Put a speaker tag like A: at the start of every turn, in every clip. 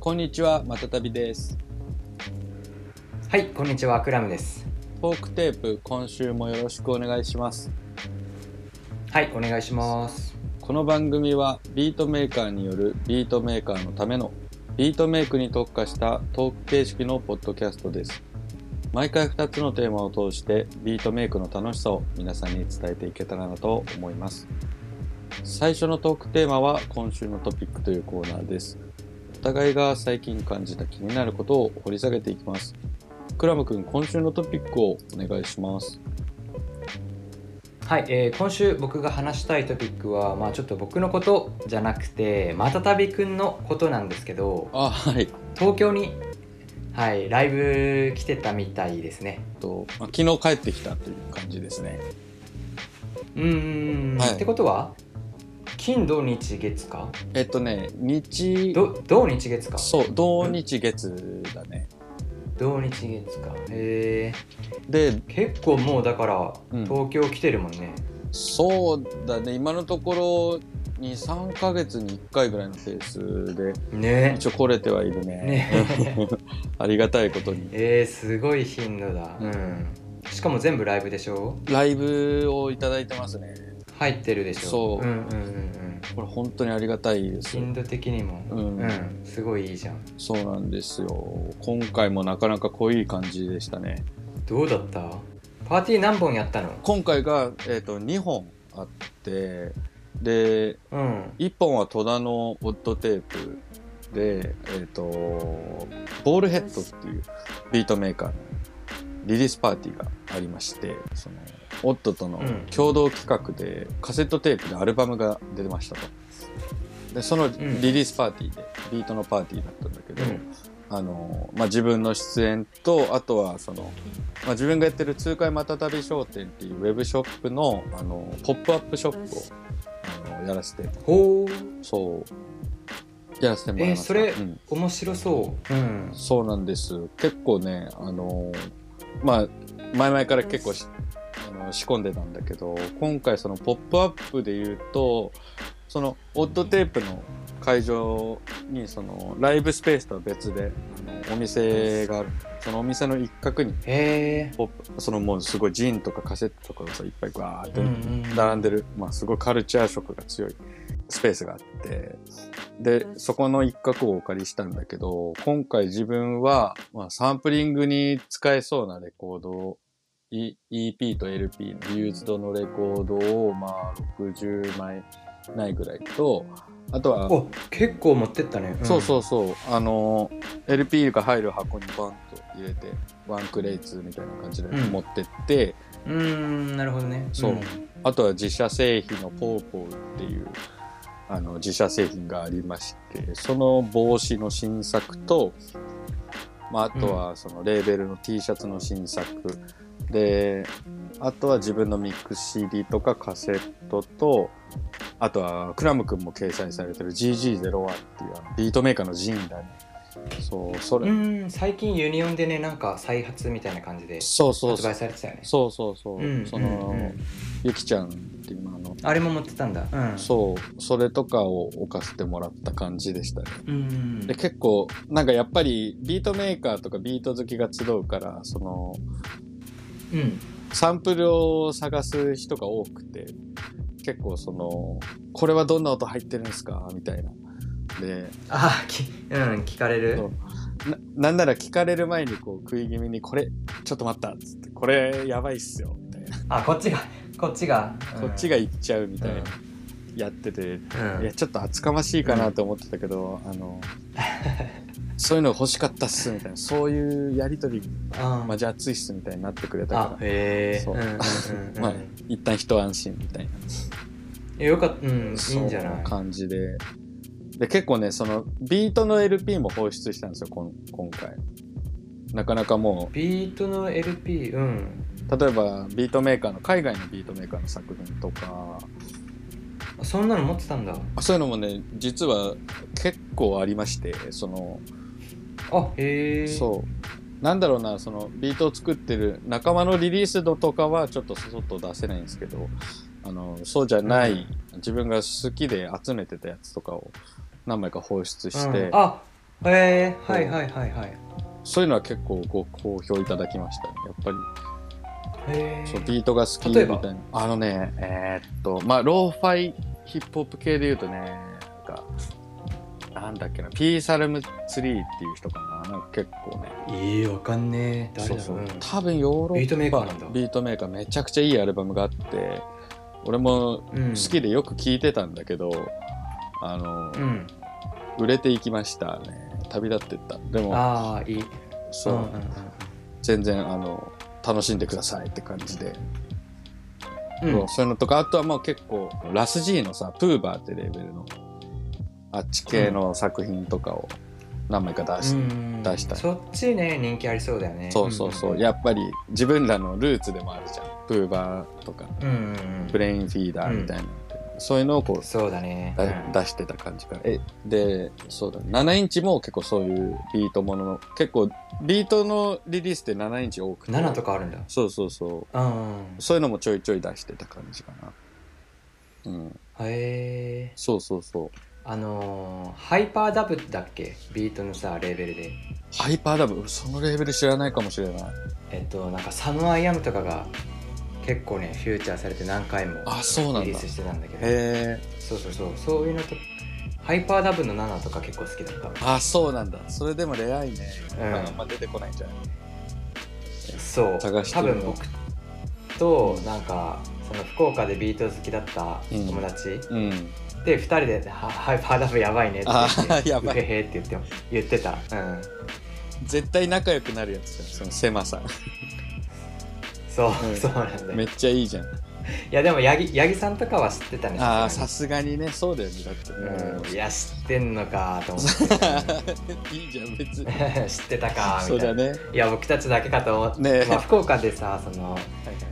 A: こんにちは、またたびです。
B: はい、こんにちは、クラムです。
A: トークテープ、今週もよろしくお願いします。
B: はい、お願いします。
A: この番組はビートメーカーによるビートメーカーのためのビートメイクに特化したトーク形式のポッドキャストです。毎回2つのテーマを通してビートメイクの楽しさを皆さんに伝えていけたらなと思います。最初のトークテーマは今週のトピックというコーナーです。お互いが最近感じた気になることを掘り下げていきます。クラム君、今週のトピックをお願いします。
B: はい、えー今週僕が話したいトピックは、まあちょっと僕のことじゃなくて、またたびくんのことなんですけど、
A: あ、はい。
B: 東京に、はい、ライブ来てたみたいですね。
A: と、まあ、昨日帰ってきたという感じですね。
B: うーん、
A: はい
B: ってことは、金、土、日、月か
A: えっとね、日、
B: ど土日月か
A: そう、同日月だね。
B: 土日月か。へえ、
A: で、
B: 結構もうだから、
A: うん
B: 東京来てるもんね。
A: そうだね、今のところ2、3ヶ月に1回ぐらいのペースで、
B: ね
A: 一応来れてはいるね。
B: ね
A: ありがたいことに。
B: えー、すごい頻度だ。
A: う
B: うん。しかも全部ライブでしょ
A: ライブをいただいてますね。
B: 入ってるでしょ
A: そう
B: うんうんうんうん
A: これ本当にありがたいですよ。
B: 頻度的にも
A: う
B: うんん、すごいいいじゃん
A: そうなんですよ。今回もなかなか濃い感じでしたね。
B: どうだったパーティー何本やったの
A: 今回が、えっと2本あって、で、
B: うん
A: 1本は戸田のオッドテープで、えっとボールヘッドっていうビートメーカーのリリースパーティーがありましてそのオッドとの
B: うん
A: 共同企画で、カセットテープでアルバムが出ましたとでその
B: ん
A: リリースパーティーで、ビートのパーティーだったんだけど、
B: うん
A: あのまあ、自分の出演とあとはその、まあ、自分がやってる「痛快またたび商店」っていうウェブショップのあのポップアップショップをあのやらせて
B: ほう
A: そう。やらせてもらいました。
B: えそれ
A: うん
B: 面白そううん
A: そうなんです。結構ね、あのーまあ、前々から結構しあの仕込んでたんだけど、今回そのポップアップで言うと、そのオッドテープの会場にそのライブスペースとは別であのお店がある。そのお店の一角に
B: へえ
A: ポップ、そのもうすごいジンとかカセットとかがさ、いっぱいガーって
B: うんうん
A: 並んでる、まあ、すごいカルチャー色が強いスペースがあってでそこの一角をお借りしたんだけど今回自分は、まあ、サンプリングに使えそうなレコードを E- EP と LP のユーズドのレコードをまあ60枚ないぐらいとあとは
B: お結構持ってったね、
A: そう
B: う
A: そうそうあの LP が入る箱にバンと入れてワンクレイツみたいな感じで
B: うん
A: 持ってって、
B: んうーんなるほどね
A: そうんあとは自社製品のポーポーっていうあの自社製品がありまして、その帽子の新作と、まあ、あとはそのレーベルの T シャツの新作、で、あとは自分のミックス CD とかカセットと、あとはクラム君も掲載されてる GG01 っていうあのビートメーカーのジンだね。そう、そうれ。
B: ーん最近ユニオンでねなんか再発みたいな感じで
A: そうそう
B: 発
A: そう
B: 売。されてたよね
A: そうそうそう。
B: うん
A: そうの
B: んうん、
A: ゆきちゃんっていうあの、
B: あれも持ってたんだうん
A: そう、それとかを置かせてもらった感じでしたね。
B: ううん
A: で、結構、なんかやっぱりビートメーカーとかビート好きが集うから、その、
B: うん
A: サンプルを探す人が多くて、結構その、これはどんな音入ってるんですかみたいな。で、
B: あきうん聞かれる
A: そうななんなら聞かれる前にこう食い気味に、これ、ちょっと待ったっつって、これやばいっすよ、みたいな。
B: あこっちがこっちが、
A: こっちが行っちゃうみたいな、やってて、
B: うん
A: いやちょっと厚かましいかなと思ってたけど、あ のそういうの欲しかったっすみたいなそういうやり取り
B: あ
A: マジ熱いっすみたいになってくれた
B: あ
A: か
B: へえ
A: そう
B: うんうんうん
A: まあら一旦一安心みたいな
B: えよかったうんい
A: そ
B: いんじゃない
A: 感じでで結構ねそのビートの LP も放出したんですよこん今回なかなかも
B: ビートの LP うん
A: う例えばビートメーカーの海外のビートメーカーの作品とか
B: あそんなの持ってたんだ
A: そういうのもね実は結構ありましてその
B: あへえ
A: そうなんだろうなそのビートを作ってる仲間のリリース度とかはちょっとそそっと出せないんですけどあのそうじゃない、
B: うん
A: 自分が好きで集めてたやつとかを何枚か放出して、
B: んあへえはいはいはいはいへ
A: そういうのは結構ご好評いただきましたねやっぱり
B: え
A: そうビートが好きみた
B: 例え
A: い
B: ば
A: なあのねえーっとまあローファイヒップホップ系で言うとねなんかなんだっけなピーサルム3っていう人かななんか結構ね
B: ええわかんねえ誰だろう
A: そうそううん多分ヨーロッパ
B: ビートメーカーなんだ
A: ビートメーカーめちゃくちゃいいアルバムがあって俺も
B: うん
A: 好きでよく聴いてたんだけど、あの、
B: うん
A: 売れていきましたね旅立ってったでも
B: ああいい
A: そう、
B: んんん
A: 全然あの楽しんでくださいって感じで、
B: うん
A: そうそういうのとかあとはもう結構ラス G のさプーバーってレーベルのあっち系の作品とかを何枚か出して、
B: うん
A: 出したい
B: そっちね人気ありそうだよね
A: そうそうそう、
B: ん
A: やっぱり自分らのルーツでもあるじゃんプーバーとか
B: うんうん
A: ブレインフィーダーみたいな、そういうのをこう
B: そうだね
A: だ
B: うん
A: 出してた感じから。え、で、そうだね。7インチも結構そういうビートものの、結構ビートのリリースって7インチ多くて。
B: 7とかあるんだ
A: そうそうそ
B: うんう
A: う。
B: ん
A: そういうのもちょいちょい出してた感じかな。うん。
B: へえ
A: そうそうそう。
B: あのーハイパーダブだっけビートのさレーベルで
A: ハイパーダブ、そのレーベル知らないかもしれない。
B: えっとなんかサム・アイ・アムとかが結構ねフューチャーされて何回も
A: あ、そうなん
B: リリー
A: だ。
B: ス
A: へ
B: してたんだけど
A: え。
B: そうそうそうそういうのとハイパーダブの7とか結構好きだった
A: あ、そうなんだ。それでもレアいね。
B: うん
A: あんま出てこないんじゃない
B: そう
A: 探して
B: 多
A: みよう
B: 分僕となんかその福岡でビート好きだった友達、
A: うん。
B: で2人では「ハイパーダブやばいね」って言
A: あ
B: っ
A: ー
B: て「
A: やばい
B: ウヘヘ」って言って言ってた、うん、
A: 絶対仲良くなるやつじゃん。その狭さ。
B: そう、
A: うん
B: そうなんだよ
A: めっちゃいいじゃん。
B: いやでも八木八木さんとかは知ってたね
A: ああ、
B: さ
A: さ
B: す
A: すがにね、そうだよね。だってね。
B: がにうんいや知ってんのかと思
A: いいじゃん別に
B: って 知ってたか
A: そ
B: み
A: う
B: た
A: だ
B: いな、
A: ね
B: いや僕たちだけかと思って、
A: ねえ
B: まあ、福岡でさその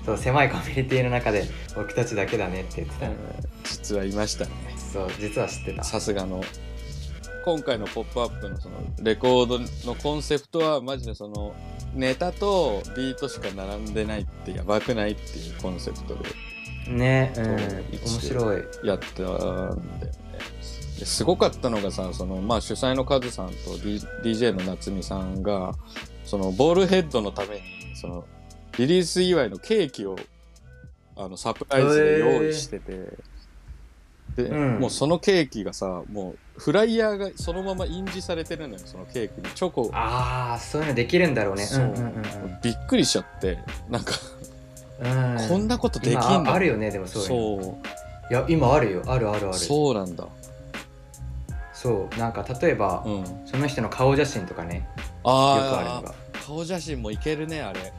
B: そう狭いコミュニティの中で僕たちだけだねって言ってた、
A: 実はいましたね
B: そう実は知ってた
A: さすがの今回の「ポップアップのそのレコードのコンセプトはマジでそのネタとビートしか並んでないってやばくないっていうコンセプトで
B: ねうん
A: そう
B: 面白い
A: やったんだよねですごかったのがさその、まあ、主催のカズさんと、D、DJ の夏美さんがそのボールヘッドのためにそのリリース祝いのケーキをあのサプライズで用意してて、で、
B: うん
A: もうそのケーキがさもうフライヤーがそのまま印字されてるのよそのケーキにチョコ
B: ああそういうのできるんだろうね
A: そう
B: うんうんうん
A: びっくりしちゃってなんか、
B: うんうん
A: こんなことできん
B: 今
A: だ
B: ああるよねでもそういうの
A: そう
B: いや今あるよあるあるある
A: そ
B: そう
A: うなんだ
B: なんか例えば、
A: うん
B: その人の顔写真とかねよくある
A: あ
B: のが
A: あ顔写真もいけるねあれ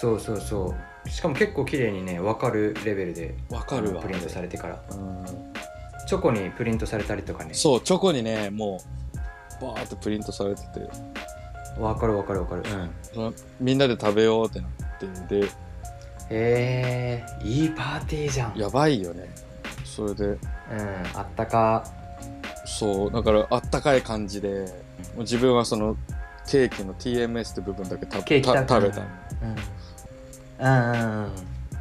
B: そうそうそうしかも結構綺麗にね分かるレベルで
A: わかるわ
B: プリントされてから
A: うん
B: チョコにプリントされたりとかね
A: そうチョコにねもうバーってプリントされてて
B: 分かる分かる分かるうん
A: なみんなで食べようってなってで
B: へえいいパーティーじゃん、うん、
A: やばいよねそれで
B: あったか
A: そうだからあったかい感じでもう自分はそのケーキの TMS って部分だけた
B: ケーキ食べ
A: た食べた
B: うんうんうんうん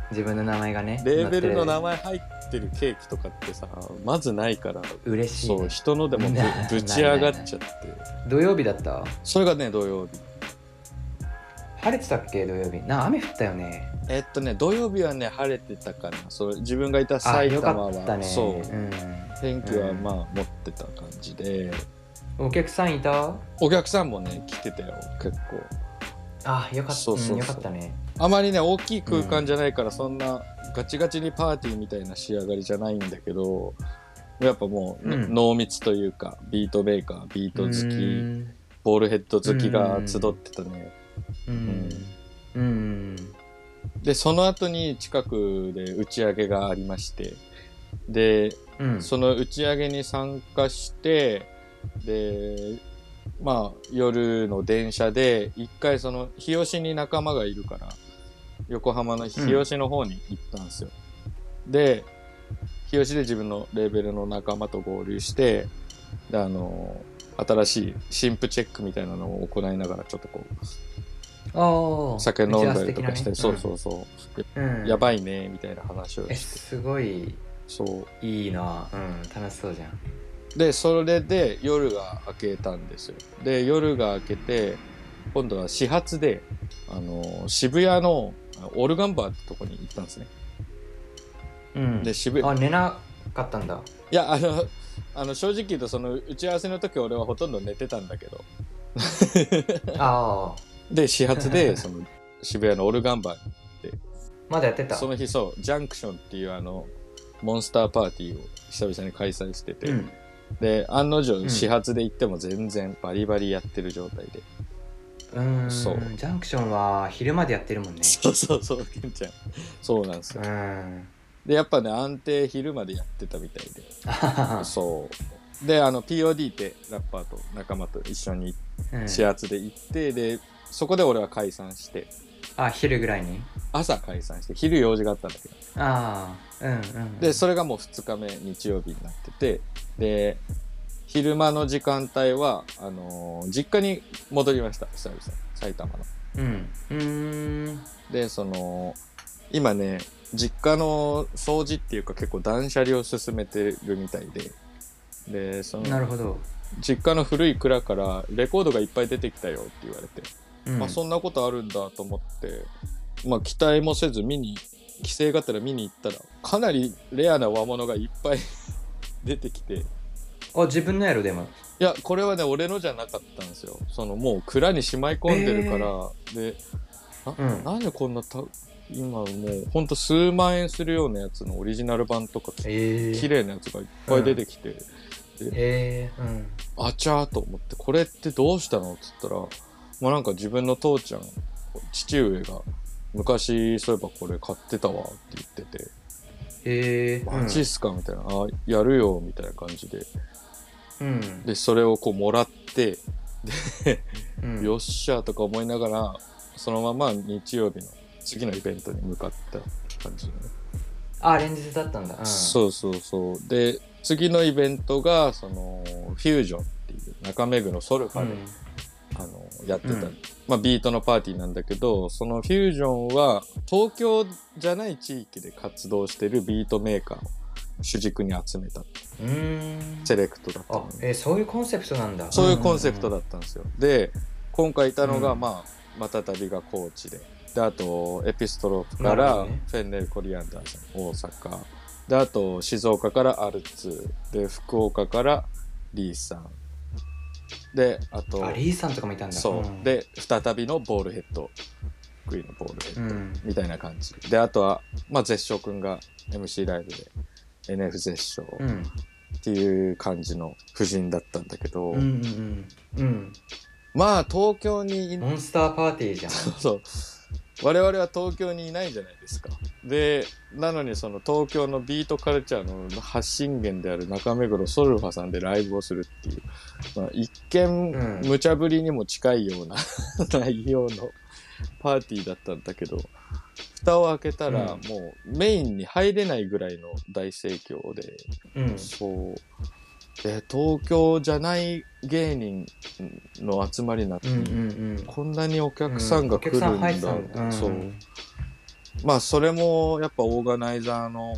B: 自分の名前がね
A: レーベルの名
B: 前
A: 前入ってるケーキとかってさまずないから
B: 嬉しい
A: そ
B: ね
A: う人ので もぶぶち上がっちゃって
B: 土曜日だった
A: それがね土曜日
B: 晴れてたっけ土曜日な雨降ったよね
A: えっとね土曜日はね晴れてたかなそれ自分がいた
B: あ
A: 埼
B: よ
A: 玉
B: か
A: は
B: ったね
A: そう
B: うん、
A: 天気は
B: うん
A: まあ持ってた感じで、
B: お客さんいた
A: お客さんもね来てたよ結構
B: あよかった
A: そうそうそう
B: うんよかったね
A: あまりね大きい空間じゃないから、そんなガチガチにパーティーみたいな仕上がりじゃないんだけどやっぱもう、ね
B: うん
A: 濃密というかビートメーカービート好き、
B: うん
A: ボールヘッド好きが集ってたね、
B: うんうん
A: でその後に近くで打ち上げがありましてで
B: うん
A: その打ち上げに参加してでまあ夜の電車で一回その日吉に仲間がいるから横浜の日吉の方に行ったんですよ、で日吉で自分のレーベルの仲間と合流してであの新しい新婦チェックみたいなのを行いながらちょっとこう
B: ああ
A: 酒飲んだりとかして、そう
B: う
A: そうそう、
B: ん、
A: や
B: い
A: ばいねみたいな話を
B: え
A: して
B: すごい
A: そう
B: いいなうん楽しそうじゃん
A: でそれで夜が明けたんですよで夜が明けて今度は始発であの渋谷のオルガンバーってとこに行ったんですね
B: うん
A: で渋
B: あ
A: 谷
B: 寝なかったんだ
A: いやあのあの正直言うとその打ち合わせの時俺はほとんど寝てたんだけど
B: ああ
A: で始発 でその渋谷のオルガンバーに
B: まだやってた
A: その日そうジャンクションっていうあのモンスターパーティーを久々に開催してて、
B: うん
A: で案の
B: う
A: 定
B: ん
A: 始発で行っても全然バリバリやってる状態 で、
B: うーん
A: そう
B: ジャンクションは昼までやってるもんね
A: そうそうそうケンちゃん そうなんです
B: う
A: よ
B: ーん
A: でやっぱね安定昼までやってたみたいで
B: あはは
A: そうであの POD ってラッパーと仲間と一緒に
B: うん
A: 始発で行って、でそこで俺は解散して
B: あ昼ぐらいに
A: 朝解散して昼用事があったんだけど
B: ああうんうん
A: でそれがもう2日目日曜日になっててで昼間の時間帯はあのー実家に戻りました久々に埼玉の。
B: うんうーん
A: でその今ね実家の掃除っていうか結構断捨離を進めてるみたいででそ
B: な
A: の
B: るほど、
A: 実家の古い蔵からレコードがいっぱい出てきたよって言われて、
B: うん、
A: まあ、そんなことあるんだと思って、まあ、期待もせず見に帰省がてら見に行ったらかなりレアな和物がいっぱい 出てきてい
B: あ自分のやろでも
A: やこれはね俺のじゃなかったんですよそのもう蔵にしまい込んでるから、で
B: うん
A: なんでこんなた今もうほんと数万円するようなやつのオリジナル版とか
B: ええ
A: 綺麗なやつがいっぱい出てきて、
B: ええうん
A: あちゃーと思ってこれってどうしたのっつったら、まあ、なんか自分の父ちゃん父上が昔そういえばこれ買ってたわって言ってて
B: ええ
A: マジっすかみたいな、あやるよみたいな感じで
B: うん
A: でそれをこうもらって、
B: うん
A: よっしゃーとか思いながらそのまま日曜日の次のイベントに向かった感じだね。
B: あ連日だったんだ、うん、
A: そうそうそうで次のイベントがそのフュージョンっていう中目黒のソルファで、あのやってた、
B: うん
A: まあ、ビートのパーティーなんだけどそのフュージョンは東京じゃない地域で活動してるビートメーカーを主軸に集めた
B: うんうーん
A: セレクトだった
B: あ
A: のね、
B: えーそういうコンセプトなんだ
A: そういうコンセプトだ
B: っ
A: ったんですよ、で今回いたのが、
B: うん
A: まあ、またたびが高知でであとエピストロープか
B: なるほ
A: ら
B: どね
A: フェンネル・コリアンダーさん大阪であと静岡からアルツで福岡からリーさんであと
B: あリーさんとかもいたんだ
A: そう、
B: ん、
A: で再びのボールヘッドクイーンのボールヘッ
B: う
A: ド、
B: ん
A: みたいな感じであとは、まあ、絶唱くんが MC ライブで NF 絶唱
B: うんうん
A: っていう感じの布陣だったんだけど、
B: うんうんうん
A: まあ東京にい
B: モンスターパーティーじゃん
A: そう我々は東京にいないじゃないですかでなのにその東京のビートカルチャーの発信源である中目黒ソルファさんでライブをするっていう、まあ、一見
B: うん
A: 無茶ぶりにも近いような 内容のパーティーだったんだけど蓋を開けたら
B: うん
A: もうメインに入れないぐらいの大盛況で、
B: うん
A: そうで東京じゃない芸人の集まりなって
B: うんうん
A: こんなにお
B: うん
A: 客さんが
B: お
A: 来る
B: 客
A: んだ,、
B: さん入ってたんだん
A: そうまあそれもやっぱオーガナイザーの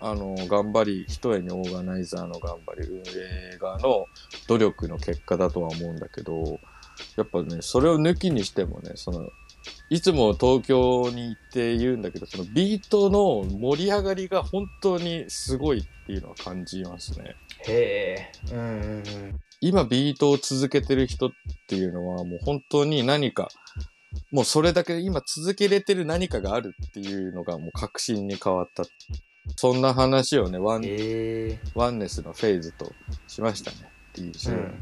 A: あの頑張り一重にオーガナイザーの頑張り運営側の努力の結果だとは思うんだけどやっぱねそれを抜きにしてもねそのいつも東京に行って言うんだけどそのビートの盛り上がりが本当にすごいっていうのは感じますね。
B: へえうんうんうん
A: 今ビートを続けてる人っていうのはもう本当に何かもうそれだけ今続けれてる何かがあるっていうのがもう確信に変わったそんな話をねワン
B: へえ
A: ワンネスのフェーズとしましたね DJ、
B: うん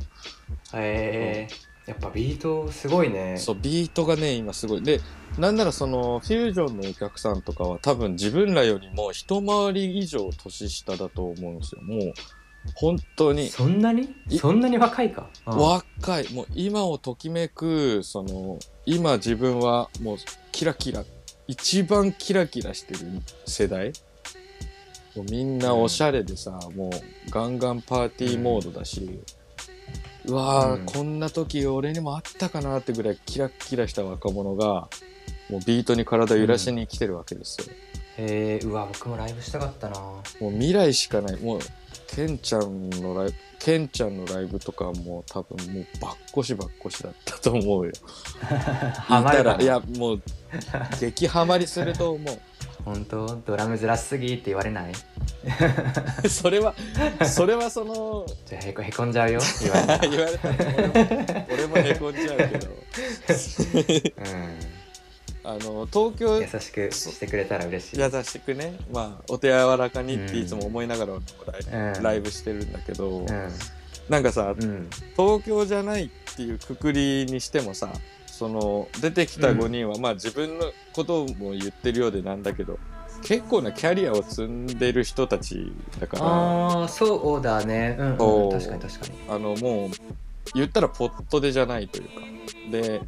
B: へえやっぱビートすごいね
A: そうビートがね今すごいでなんならそのフュージョンのお客さんとかは多分自分らよりも一回り以上年下だと思うんですよもう本当に
B: そんなに
A: い
B: そんなに若いかうん
A: 若いもう今をときめくその今自分はもうキラキラ一番キラキラしてる世代もうみんなおしゃれでさ、もうガンガンパーティーモードだし、うわー、
B: うん
A: こんな時俺にもあったかなってぐらいキラキラした若者がもうビートに体揺らしに来てるわけですよ、
B: へえうわ僕もライブしたかったな
A: もう未来しかないもうケンちゃんのライブケンちゃんのライブとかはもう多分もうばっこしばっこしだったと思うよ。
B: ハマ
A: い
B: る
A: た
B: から
A: いやもう激ハマりすると思
B: 本当ドラムずらしすぎって言われないじ
A: う。 それはそれはその
B: ゃあへこへこん じゃうよ言われた、
A: 言われたら俺も俺もへこんじゃうけど
B: う
A: あの東京
B: ん、優しくしてくれたら嬉しい、
A: 優しくねまあお手柔らかにっていつも思いながら
B: う
A: ライ,、
B: ん、
A: ライブしてるんだけど、
B: う
A: なんかさ
B: ん、うん、
A: 東京じゃないっていうくくりにしてもさその出てきた5人は、まあ自分のことも言ってるようでなんだけど結構なキャリアを積んでる人たちだからあ
B: ああそうだねうん、
A: そ
B: うん、
A: う
B: 確かに確かに
A: のもう言ったらポットでじゃないというかで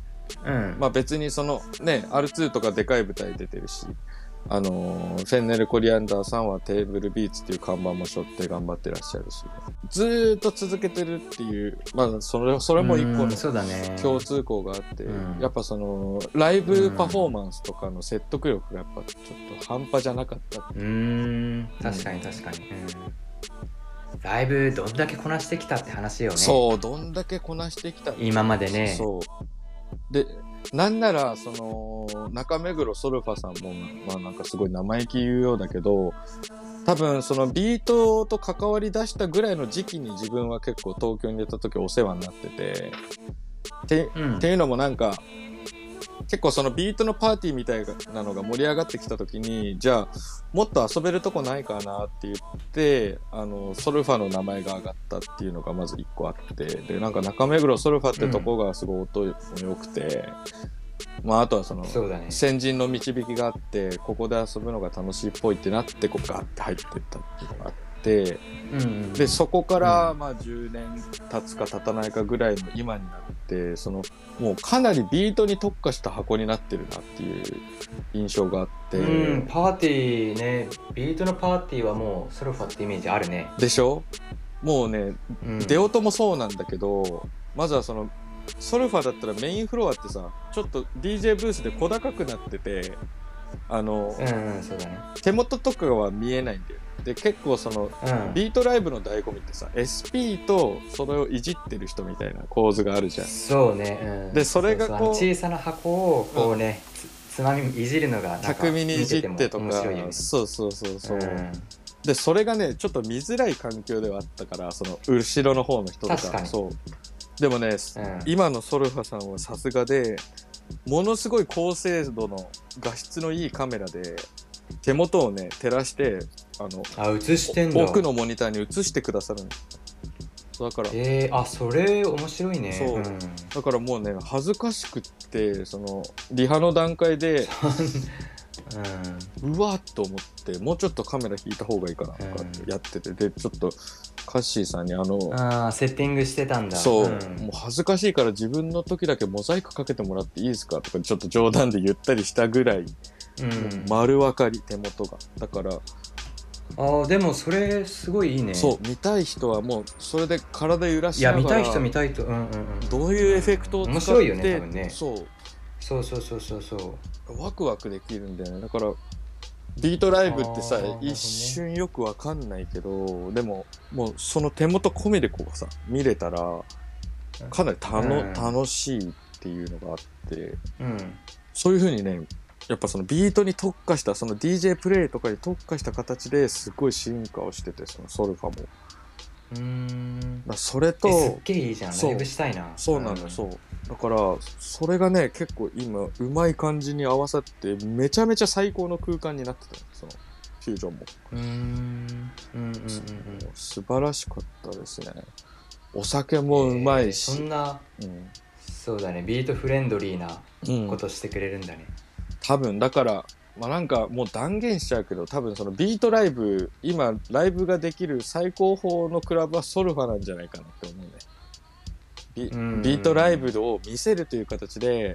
B: うん
A: まあ別にそのね R2 とかでかい舞台出てるしあのフェンネル・コリアンダーさんはテーブルビーツっていう看板も背負って頑張ってらっしゃるしずーっと続けてるっていうまあそれそれも一個
B: う
A: の
B: んそうだね
A: 共通項があって、
B: うん
A: やっぱそのライブパフォーマンスとかの説得力がやっぱちょっと半端じゃなかった
B: うーん確かに確かに、うん、ライブどんだけこなしてきたって話よね
A: そうどんだけこなしてきたの
B: 今までね
A: そうでなんならその中目黒ソルファさんもまあなんかすごい生意気言うようだけど多分そのビートと関わり出したぐらいの時期に自分は結構東京に出た時お世話になっててて
B: う、ん
A: っていうのもなんか結構そのビートのパーティーみたいなのが盛り上がってきた時にじゃあもっと遊べるとこないかなって言ってあのソルファの名前が上がったっていうのがまず1個あってでなんか中目黒ソルファってとこがすごい音も良くて、まああとはその
B: そうだね
A: 先人の導きがあってここで遊ぶのが楽しいっぽいってなってこうガッて入ってったっていうのがあって。
B: うんうん
A: でそこから、まあ、10年経つか経たないかぐらいの今になってそのもうかなりビートに特化した箱になってるなっていう印象があって、
B: うんパーティーねビートのパーティーはもうソルファってイメージあるね、
A: でしょもうね
B: うん、
A: 出音もそうなんだけどまずはそのソルファだったらメインフロアってさちょっと DJ ブースで小高くなっててあの、
B: うんうんそうだね
A: 手元とかは見えないんだよで結構その
B: うん
A: ビートライブの醍醐味ってさ SP とそれをいじってる人みたいな構図があるじゃん
B: そうね、うん、
A: でそれがこう
B: そそあの小さな箱をこうね、つつまみいじるのがなんか
A: 巧みにいじ
B: 見
A: ってと
B: も
A: か
B: 面白いよね
A: そうそうそうそう、
B: ん
A: でそれがねちょっと見づらい環境ではあったからその後ろの方の人とか
B: 確かに
A: そうでもね、
B: うん
A: 今のソルファさんはさすがでものすごい高精度の画質のいいカメラで手元をね照らしてあの
B: あ映してんだ
A: 奥のモニターに映してくださるんですだから
B: えー、あそれ面白いね
A: そうんだからもうね恥ずかしくってそのリハの段階で
B: うん
A: うわっと思ってもうちょっとカメラ引いた方がいいかなとかってやってて、でちょっとカッシーさんにあの、
B: ああセッティングしてたんだ
A: そう、
B: ん
A: もう恥ずかしいから自分の時だけモザイクかけてもらっていいですかとかちょっと冗談で言ったりしたぐらい、
B: うん
A: 丸分かり手元がだから、
B: あーでもそれすごいいいね
A: そう見たい人はもうそれで体揺らし
B: いや
A: ながら
B: 見たい人見たいとうんうんうん
A: どういうエフェクトを使って
B: 面白いよね多分ね
A: そう
B: そうそうそうそうそう
A: ワクワクできるんだよねだからビートライブってさ
B: あーなるほどね
A: 一瞬よくわかんないけどでももうその手元込みでこうさ見れたらかなりたの、
B: うん
A: 楽しいっていうのがあって
B: うん
A: そういうふうにねやっぱそのビートに特化したその DJ プレイとかに特化した形ですごい進化をしててそのソルファもだか
B: うーん
A: らそれ
B: えす
A: と
B: っげえいいじゃん
A: そう
B: ライブしたいな
A: そうなの
B: ん
A: そうだからそれがね結構今うまい感じに合わさってめちゃめちゃ最高の空間になってたのそのフュージョンも。
B: うーんうんうんうんうん
A: 素晴らしかったですねお酒もうまいし、
B: えーそんなそうだねビートフレンドリーな
A: うん
B: ことしてくれるんだね
A: 多分だからまあなんかもう断言しちゃうけど多分そのビートライブ今ライブができる最高峰のクラブはソルファなんじゃないかなって思うねビ
B: うん
A: ビートライブを見せるという形で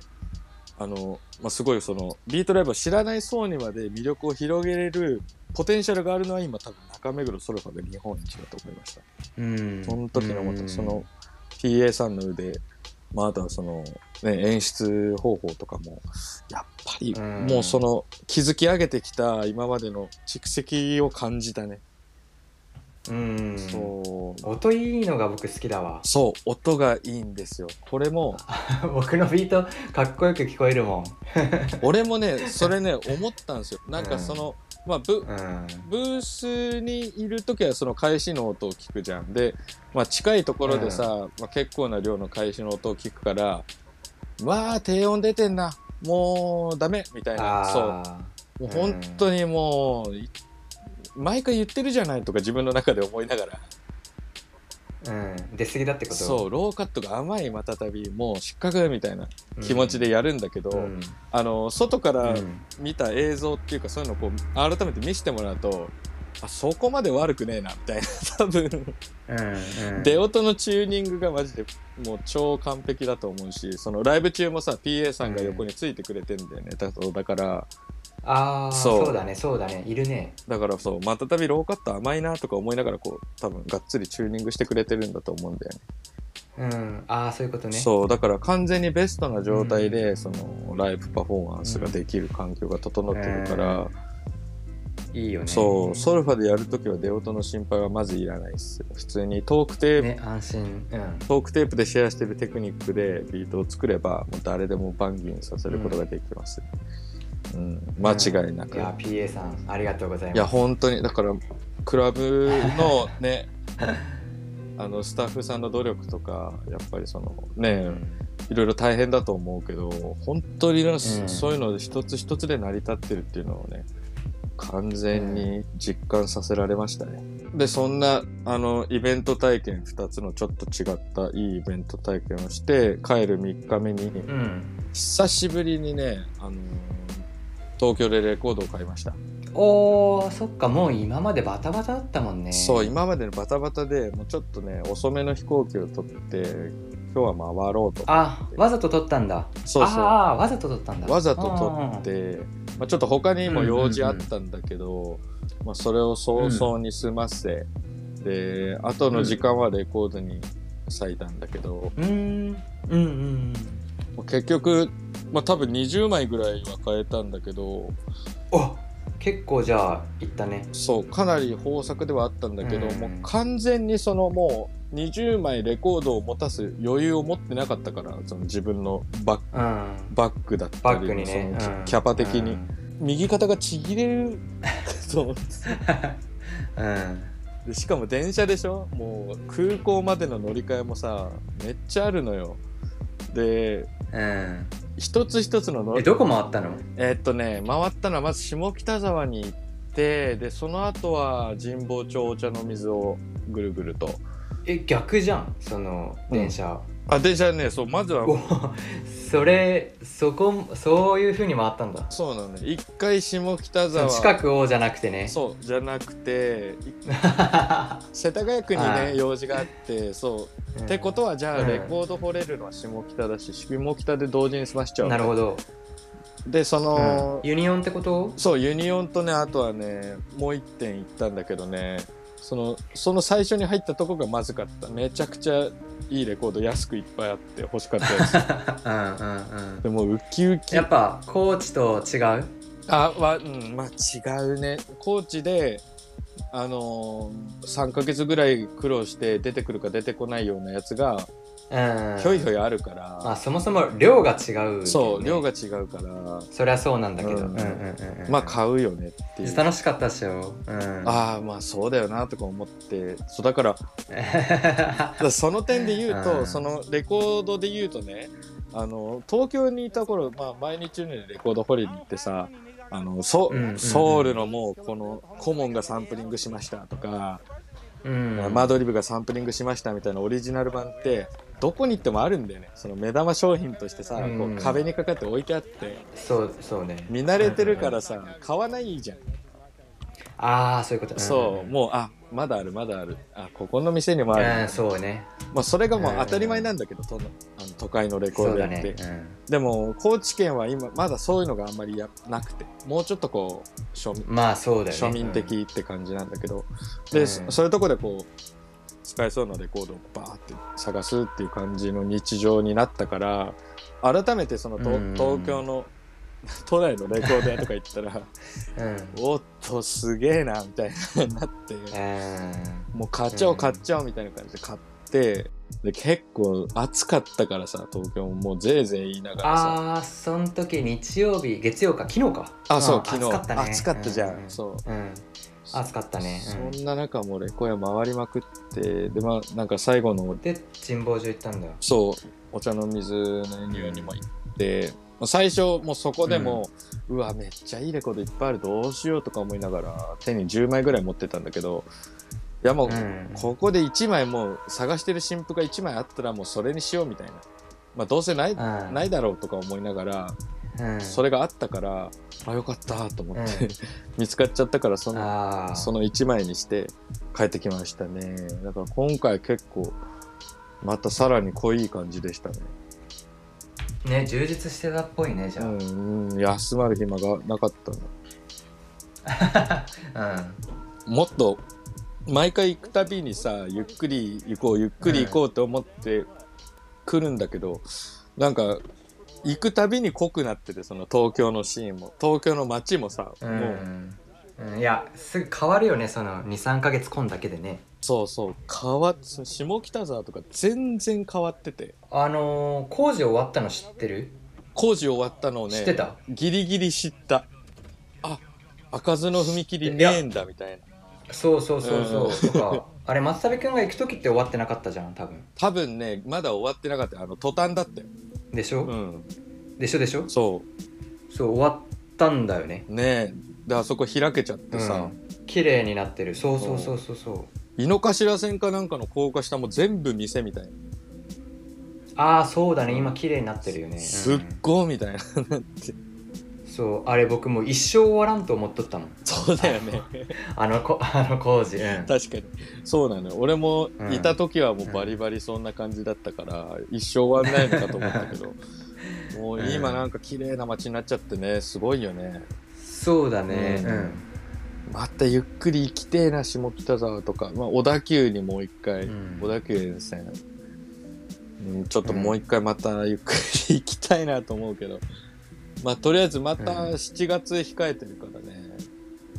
A: あの、まあ、すごいそのビートライブを知らない層にまで魅力を広げれるポテンシャルがあるのは今多分中目黒ソルファが日本一だと思いました
B: うん
A: その時に思った、
B: うん
A: その PA さんの腕、まあ、あとはその、ね、演出方法とかも、やっぱり
B: うん
A: もうその築き上げてきた今までの蓄積を感じたね。
B: うん
A: そう
B: 音いいのが僕好きだわ
A: そう音がいいんですよこれも
B: 僕のビートかっこよく聞こえるもん
A: 俺もねそれね思ったんですよなんかその、まあブ
B: うん
A: ブースにいる時はその返しの音を聞くじゃんで、まあ、近いところでさ、まあ、結構な量の返しの音を聞くからまあ低音出てんなもうダメみたいなそう
B: あ
A: もう本当にもう、い毎回言ってるじゃないとか自分の中で思いながら
B: ーうん出過ぎだってこと
A: そうローカットが甘いまたたびもう失格みたいな
B: うん
A: 気持ちでやるんだけど、
B: うん
A: あの外から
B: うん
A: 見た映像っていうかそういうのをこう改めて見せてもらうとあそこまで悪くねえなみたいな 多分
B: うんうん
A: 出音のチューニングがマジでもう超完璧だと思うしそのライブ中もさ PA さんが横についてくれてんだよね、だだから
B: ああ
A: そ
B: そううだねそうだねいるね
A: だからそうまたたびローカット甘いなとか思いながらこう多分がっつりチューニングしてくれてるんだと思うんだよね
B: うんああそういうことね
A: そうだから完全にベストな状態で、
B: うん
A: そのライブパフォーマンスができる環境が整ってるから、
B: いいよね
A: そうソルファでやるときは出音の心配はまずいらないです普通にトークテープ、
B: ね安心うん
A: トークテープでシェアしてるテクニックでビートを作ればもう誰でもバンギンさせることができます、うん間違いなく、
B: いや PA さんありがとうござい
A: いや
B: ます
A: 本当にだからクラブのねあのスタッフさんの努力とかやっぱりそのねいろいろ大変だと思うけど本当にねそ
B: うん
A: そういうの一つ一つで成り立ってるっていうのをね完全に実感させられましたね。でそんなあのイベント体験2つのちょっと違ったいいイベント体験をして帰る3日目に
B: うん
A: 久しぶりにねあの東京でレコードを買いました。
B: おーそっかもう今までバタバタだったもんね
A: そう今までのバタバタでもうちょっとね遅めの飛行機を取って今日は回ろうと
B: あわざと撮ったんだ
A: そう
B: あ
A: そ
B: あわざと撮ったんだ
A: うわざと取って、まあ、ちょっと他にも用事あったんだけど、まあ、それを早々に済ませ、で後の時間はレコードに割いたんだけど、
B: うんうんうんうん
A: もう結局、まあ、多分20枚ぐらいは買えたんだけど
B: お結構じゃあ行ったね
A: そうかなり豊作ではあったんだけど、
B: うん
A: もう完全にそのもう20枚レコードを持たす余裕を持ってなかったからその自分のバッ
B: うん
A: バッグだった
B: バ
A: り
B: ッグにね、
A: その
B: うん
A: キャパ的に、
B: うん
A: 右肩がちぎれ るそう
B: うん
A: でしかも電車でしょもう空港までの乗り換えもさめっちゃあるのよで
B: うん
A: 一つ一つの乗
B: え
A: り
B: どこ回ったの
A: えっとね回ったのはまず下北沢に行ってでその後は神保町お茶の水をぐるぐると
B: え逆じゃんその電車、
A: あ電車ねそうまずは
B: おそれそこそういうふうに回ったんだ
A: そうなのね一回下北
B: そ
A: 沢
B: の近くをじゃなくてね
A: そうじゃなくてい 世田谷区に
B: ああ
A: ね用事があってそう
B: うん
A: ってことはじゃあ
B: うん
A: レコード掘れるのは下北だし下北で同時に済ましちゃう
B: なるほど、
A: でその、
B: うんユニオンってこと
A: そうユニオンとねあとはねもう1点行ったんだけどねそのその最初に入ったとこがまずかっためちゃくちゃいいレコード安くいっぱいあって欲しかったやつ
B: うんうんうん
A: でもウキウキ
B: やっぱ高知と違う
A: あはうんまあ違うね高知であのー、3ヶ月ぐらい苦労して出てくるか出てこないようなやつが
B: うん
A: ひょいひょいあるから、
B: まあそもそも量が違うけどね、
A: そう量が違うから
B: そりゃそうなんだけど、
A: うん
B: うんうんうんうん
A: まあ買うよねっていう
B: 楽しかったっしょ、うん、
A: ああまあそうだよなとか思ってそうだからだからその点で言うと、
B: うん
A: そのレコードで言うとねあの東京にいた頃、まあ、毎日のようにレコード掘りに行ってさあのソ,、
B: うん
A: ソウルのもうこの顧問がサンプリングしましたとか、
B: うん
A: マドリブがサンプリングしましたみたいなオリジナル版ってどこに行ってもあるんだよねその目玉商品としてさ、こ
B: う
A: うん壁にかかって置いてあって
B: そうそうね
A: 見慣れてるからさ買わないじゃん
B: ああそういうこと
A: そう、
B: ん
A: もうあまだあるまだあるあここの店にもある、
B: うんそうね
A: まあ、それがもう当たり前なんだけど、とあの都会のレコー
B: そう
A: ドや
B: だ
A: って、
B: ね、
A: でも高知県は今まだそういうのがあんまりやなくてもうちょっとこう庶民,、
B: うんまあそうだよね
A: 庶民的って感じなんだけど、
B: う
A: で
B: ん
A: そそういうとこでこう使えそうなレコードをバーって探すっていう感じの日常になったから改めてそのと、
B: うん
A: 東京の都内のレコード屋とか行ったら
B: うん
A: おっとすげえなみたいになって
B: うん
A: もう買っちゃお
B: う
A: うん買っちゃおうみたいな感じで買ってで結構暑かったからさ東京ももうぜいぜい言いながらさ
B: あーその時日曜日月曜か昨日か
A: あそ
B: ん
A: う昨日
B: 暑かったね
A: 暑かったじゃん、
B: うん
A: そう
B: うん暑かったねうん
A: そんな中もうレコヤ回りまくってでまあなんか最後の
B: で神保所行ったんだよ
A: そうお茶の水のエリアにも行って、まあ最初もうそこでも、うわめっちゃいいレコードいっぱいあるどうしようとか思いながら手に10枚ぐらい持ってたんだけどいやもう、
B: うん
A: ここで1枚もう探してる新譜が1枚あったらもうそれにしようみたいな、まあ、どうせない,、
B: うん
A: ないだろうとか思いながら、
B: うん
A: それがあったからあよかったと思って、
B: うん
A: 見つかっちゃったからその
B: ああ
A: その1枚にして帰ってきましたね。だから今回結構、またさらに濃い感じでしたね。
B: ね充実してたっぽいねじゃあ、
A: うん、うん休まる暇がなかったの。
B: うん
A: もっと、毎回行くたびにさ、ゆっくり行こう、ゆっくり行こうと思って来るんだけど、なんか、行くたびに濃くなってて、その東京のシーンも。東京の街もさ、
B: う、
A: もうん
B: うん、いやすぐ変わるよねその23か月混んだけでね
A: そうそう、変わっ、その下北沢とか全然変わってて、
B: あのー、工事終わったの知ってる、
A: 工事終わったのをね、
B: 知ってた
A: ギリギリ知ったあ開かずの踏切ねえんだみたいな
B: そうそうそうそ
A: う
B: う、
A: ん
B: とかあれ松旅くんが行く時って終わってなかったじゃん多分
A: 多分ねまだ終わってなかったあの途端だったよ、
B: でしょ、
A: うん、
B: でしょでしょ
A: そ
B: そう終わったんだよね
A: うねえであそこ開けちゃって
B: う
A: さ、
B: ん綺麗になってるそうそうそうそうそう
A: 井の頭線かなんかの高架下も全部店みたいな、
B: ああそうだね今綺麗になってるよね、うん
A: すっごいみたいな
B: そうあれ僕もう一生終わらんと思っとったもん
A: そうだよね
B: あのこ あの工事、うん
A: 確かにそうなのよ俺もいた時はもうバリバリそんな感じだったから、一生終わんないのかと思ったけ どもう今なんか綺麗な街になっちゃってねすごいよね
B: そうだね
A: う
B: うんん、
A: またゆっくり行きてえな下北沢とか、まあ、小田急にもう一回、
B: うん
A: 小田急沿線、うん、ちょっともう一回またゆっくり行きたいなと思うけどまあとりあえずまた
B: うん
A: 7月控えてるからね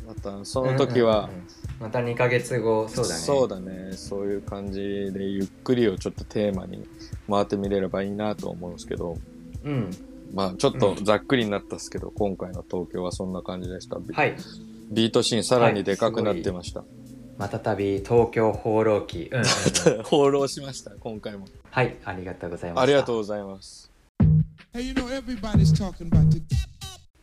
A: またその時は、
B: うんうんうんまた2か月後そうだね
A: そうだねそういう感じでゆっくりをちょっとテーマに回ってみれればいいなと思うんですけど
B: うん
A: まあちょっとざっくりになったっすけど、今回の東京はそんな感じでした、
B: はい
A: ビートシーンさらにでかくなってました、
B: またたび東京放浪記、 うんうんうん
A: 放浪しました今回も
B: はいありがとうございました
A: ありがとうございます。
C: Hey, you know everybody's talking about the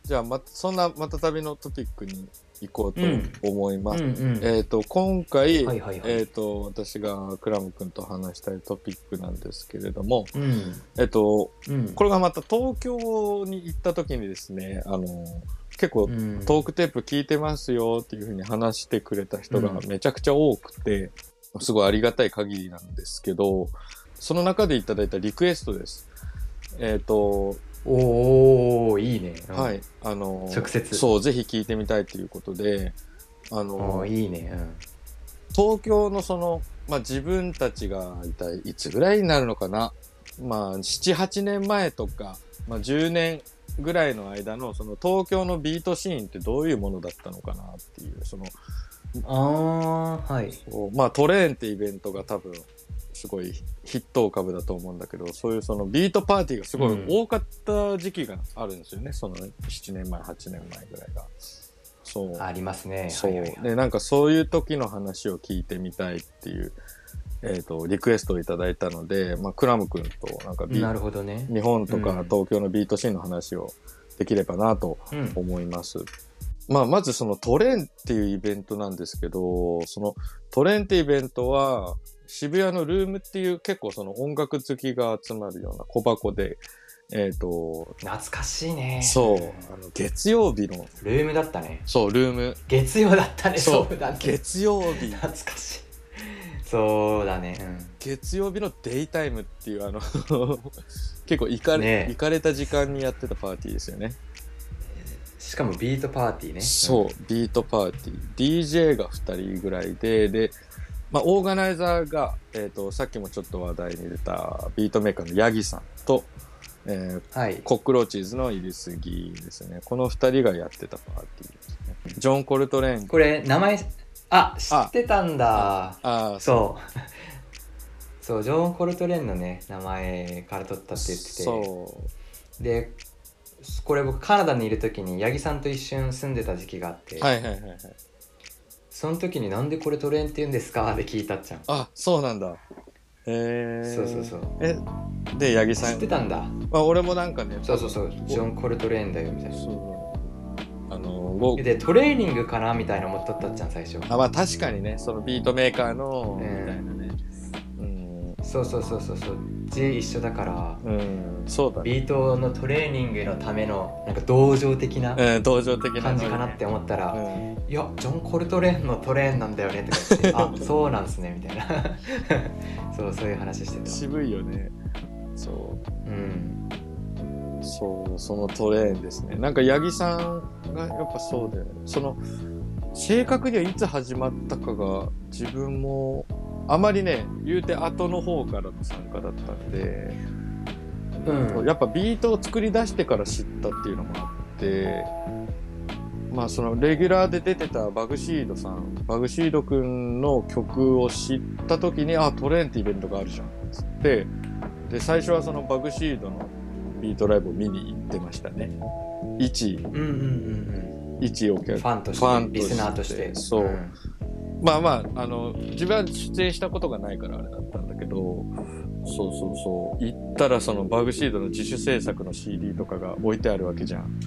A: じゃあ、ま、そんなまた旅のトピックに行こうと
B: うん
A: 思います。
B: うんうん
A: えっ、と、今回、
B: はいはいはい
A: えっ、と、私がクラム君と話したいトピックなんですけれども、
B: うん
A: えっ、と、
B: うん
A: これがまた東京に行った時にですね、あの、結構
B: うん
A: トークテープ聞いてますよっていうふうに話してくれた人が
B: うん
A: めちゃくちゃ多くて、すごいありがたい限りなんですけど、その中でいただいたリクエストです。えっ、と、
B: おーいいね、うん
A: はい、あの
B: 直接
A: そうぜひ聞いてみたいということであ
B: お
A: の
B: ーいいねうん
A: 東京のその、まあ、自分たちがいたいつぐらいになるのかな、まあ、78年前とか、まあ、10年ぐらいの間のその東京のビートシーンってどういうものだったのかなっていうその、
B: ああーはい
A: こうまあ、トレーンってイベントが多分すごい筆頭株だと思うんだけどそういうそのビートパーティーがすごい多かった時期があるんですよね、その7年前8年前ぐらいが。そう
B: ありますね
A: そう
B: はいはいはい
A: でなんかそういう時の話を聞いてみたいっていう、えー、とリクエストをいただいたので、まあ、クラム君となんかビ
B: なるほどね
A: 日本とか
B: うん
A: 東京のビートシーンの話をできればなと
B: うん
A: 思います。まあ、まずそのトレーンっていうイベントなんですけど、そのトレーンってイベントは渋谷のルームっていう結構その音楽好きが集まるような小箱で、えっ、と、
B: 懐かしいね
A: そう、あの月曜日の、
B: ルームだったね
A: そう、ルーム、
B: 月曜だったね
A: そう
B: そうだね
A: 月曜日
B: 懐かしいそうだね
A: 月曜日のデイタイムっていうあの 結構いかれ,、
B: ねえ
A: いかれた時間にやってたパーティーですよね
B: うんしかもビートパーティーね
A: そうビートパーティー DJ が2人ぐらいでで、まあ、オーガナイザーが、えー、とさっきもちょっと話題に出たビートメーカーのヤギさんと,、えー
B: はい。
A: コックローチーズの入りすぎですね。この2人がやってたパーティーですね。ジョン・コルトレーン。
B: これ、名前、あ、知ってたんだ。
A: ああ、
B: そう。 そう、ジョン・コルトレーンのね、名前から取ったって言ってて。
A: そう。
B: で、これ僕、カナダにいる時に、八木さんと一瞬住んでた時期があって、
A: はいはいはいはい。
B: その時になんでコルトレーンって言うんですかって聞いたっちゃん。
A: あ、そうなんだ。へえー。
B: そうそうそう。
A: え、で、八木さ
B: 知って
A: ん。
B: たんだ。
A: まあ、俺もなんかね、
B: そうそうそう、ジョン・コルトレーンだよみたいな。
A: そう。あの、ゴー
B: で、トレーニングかなみたいな思っとったっちゃん、最初。
A: あ、まあ確かにね、そのビートメーカーの、み
B: う
A: た
B: ん
A: いなね。うん。
B: そうそうそうそうそう、字一緒だから、
A: うん、そうだね。
B: ビートのトレーニングのための、なんか同情的な
A: うん、同情的な
B: 感じかなって思ったら、
A: うん。
B: いや、ジョン・コルトレーンのトレーンなんだよねとか言って、あ、そうなん すね、みたいな。そう、そういう話してた。
A: 渋いよね。そう。
B: うん。
A: そう、そのトレーンですね。なんか、八木さんがやっぱそうだよね。その、正確にはいつ始まったかが、自分も、あまりね、言うて後の方からの参加だったんで、
B: うん。
A: やっぱビートを作り出してから知ったっていうのもあって、まあそのレギュラーで出てたバグシードさん、バグシードくんの曲を知った時に、あ、トレーンってイベントがあるじゃんっつって、で、最初はそのバグシードのビートライブを見に行ってましたね。一、
B: うんうんうん
A: 一お
B: うん。
A: 客
B: フ。ァンとして、
A: ファンとして
B: リスナーとして。
A: そうんまあまあ、あの、自分は出演したことがないからあれだったんだけど、そうそうそう。行ったらそのバグシードの自主制作の CD とかが置いてあるわけじゃん。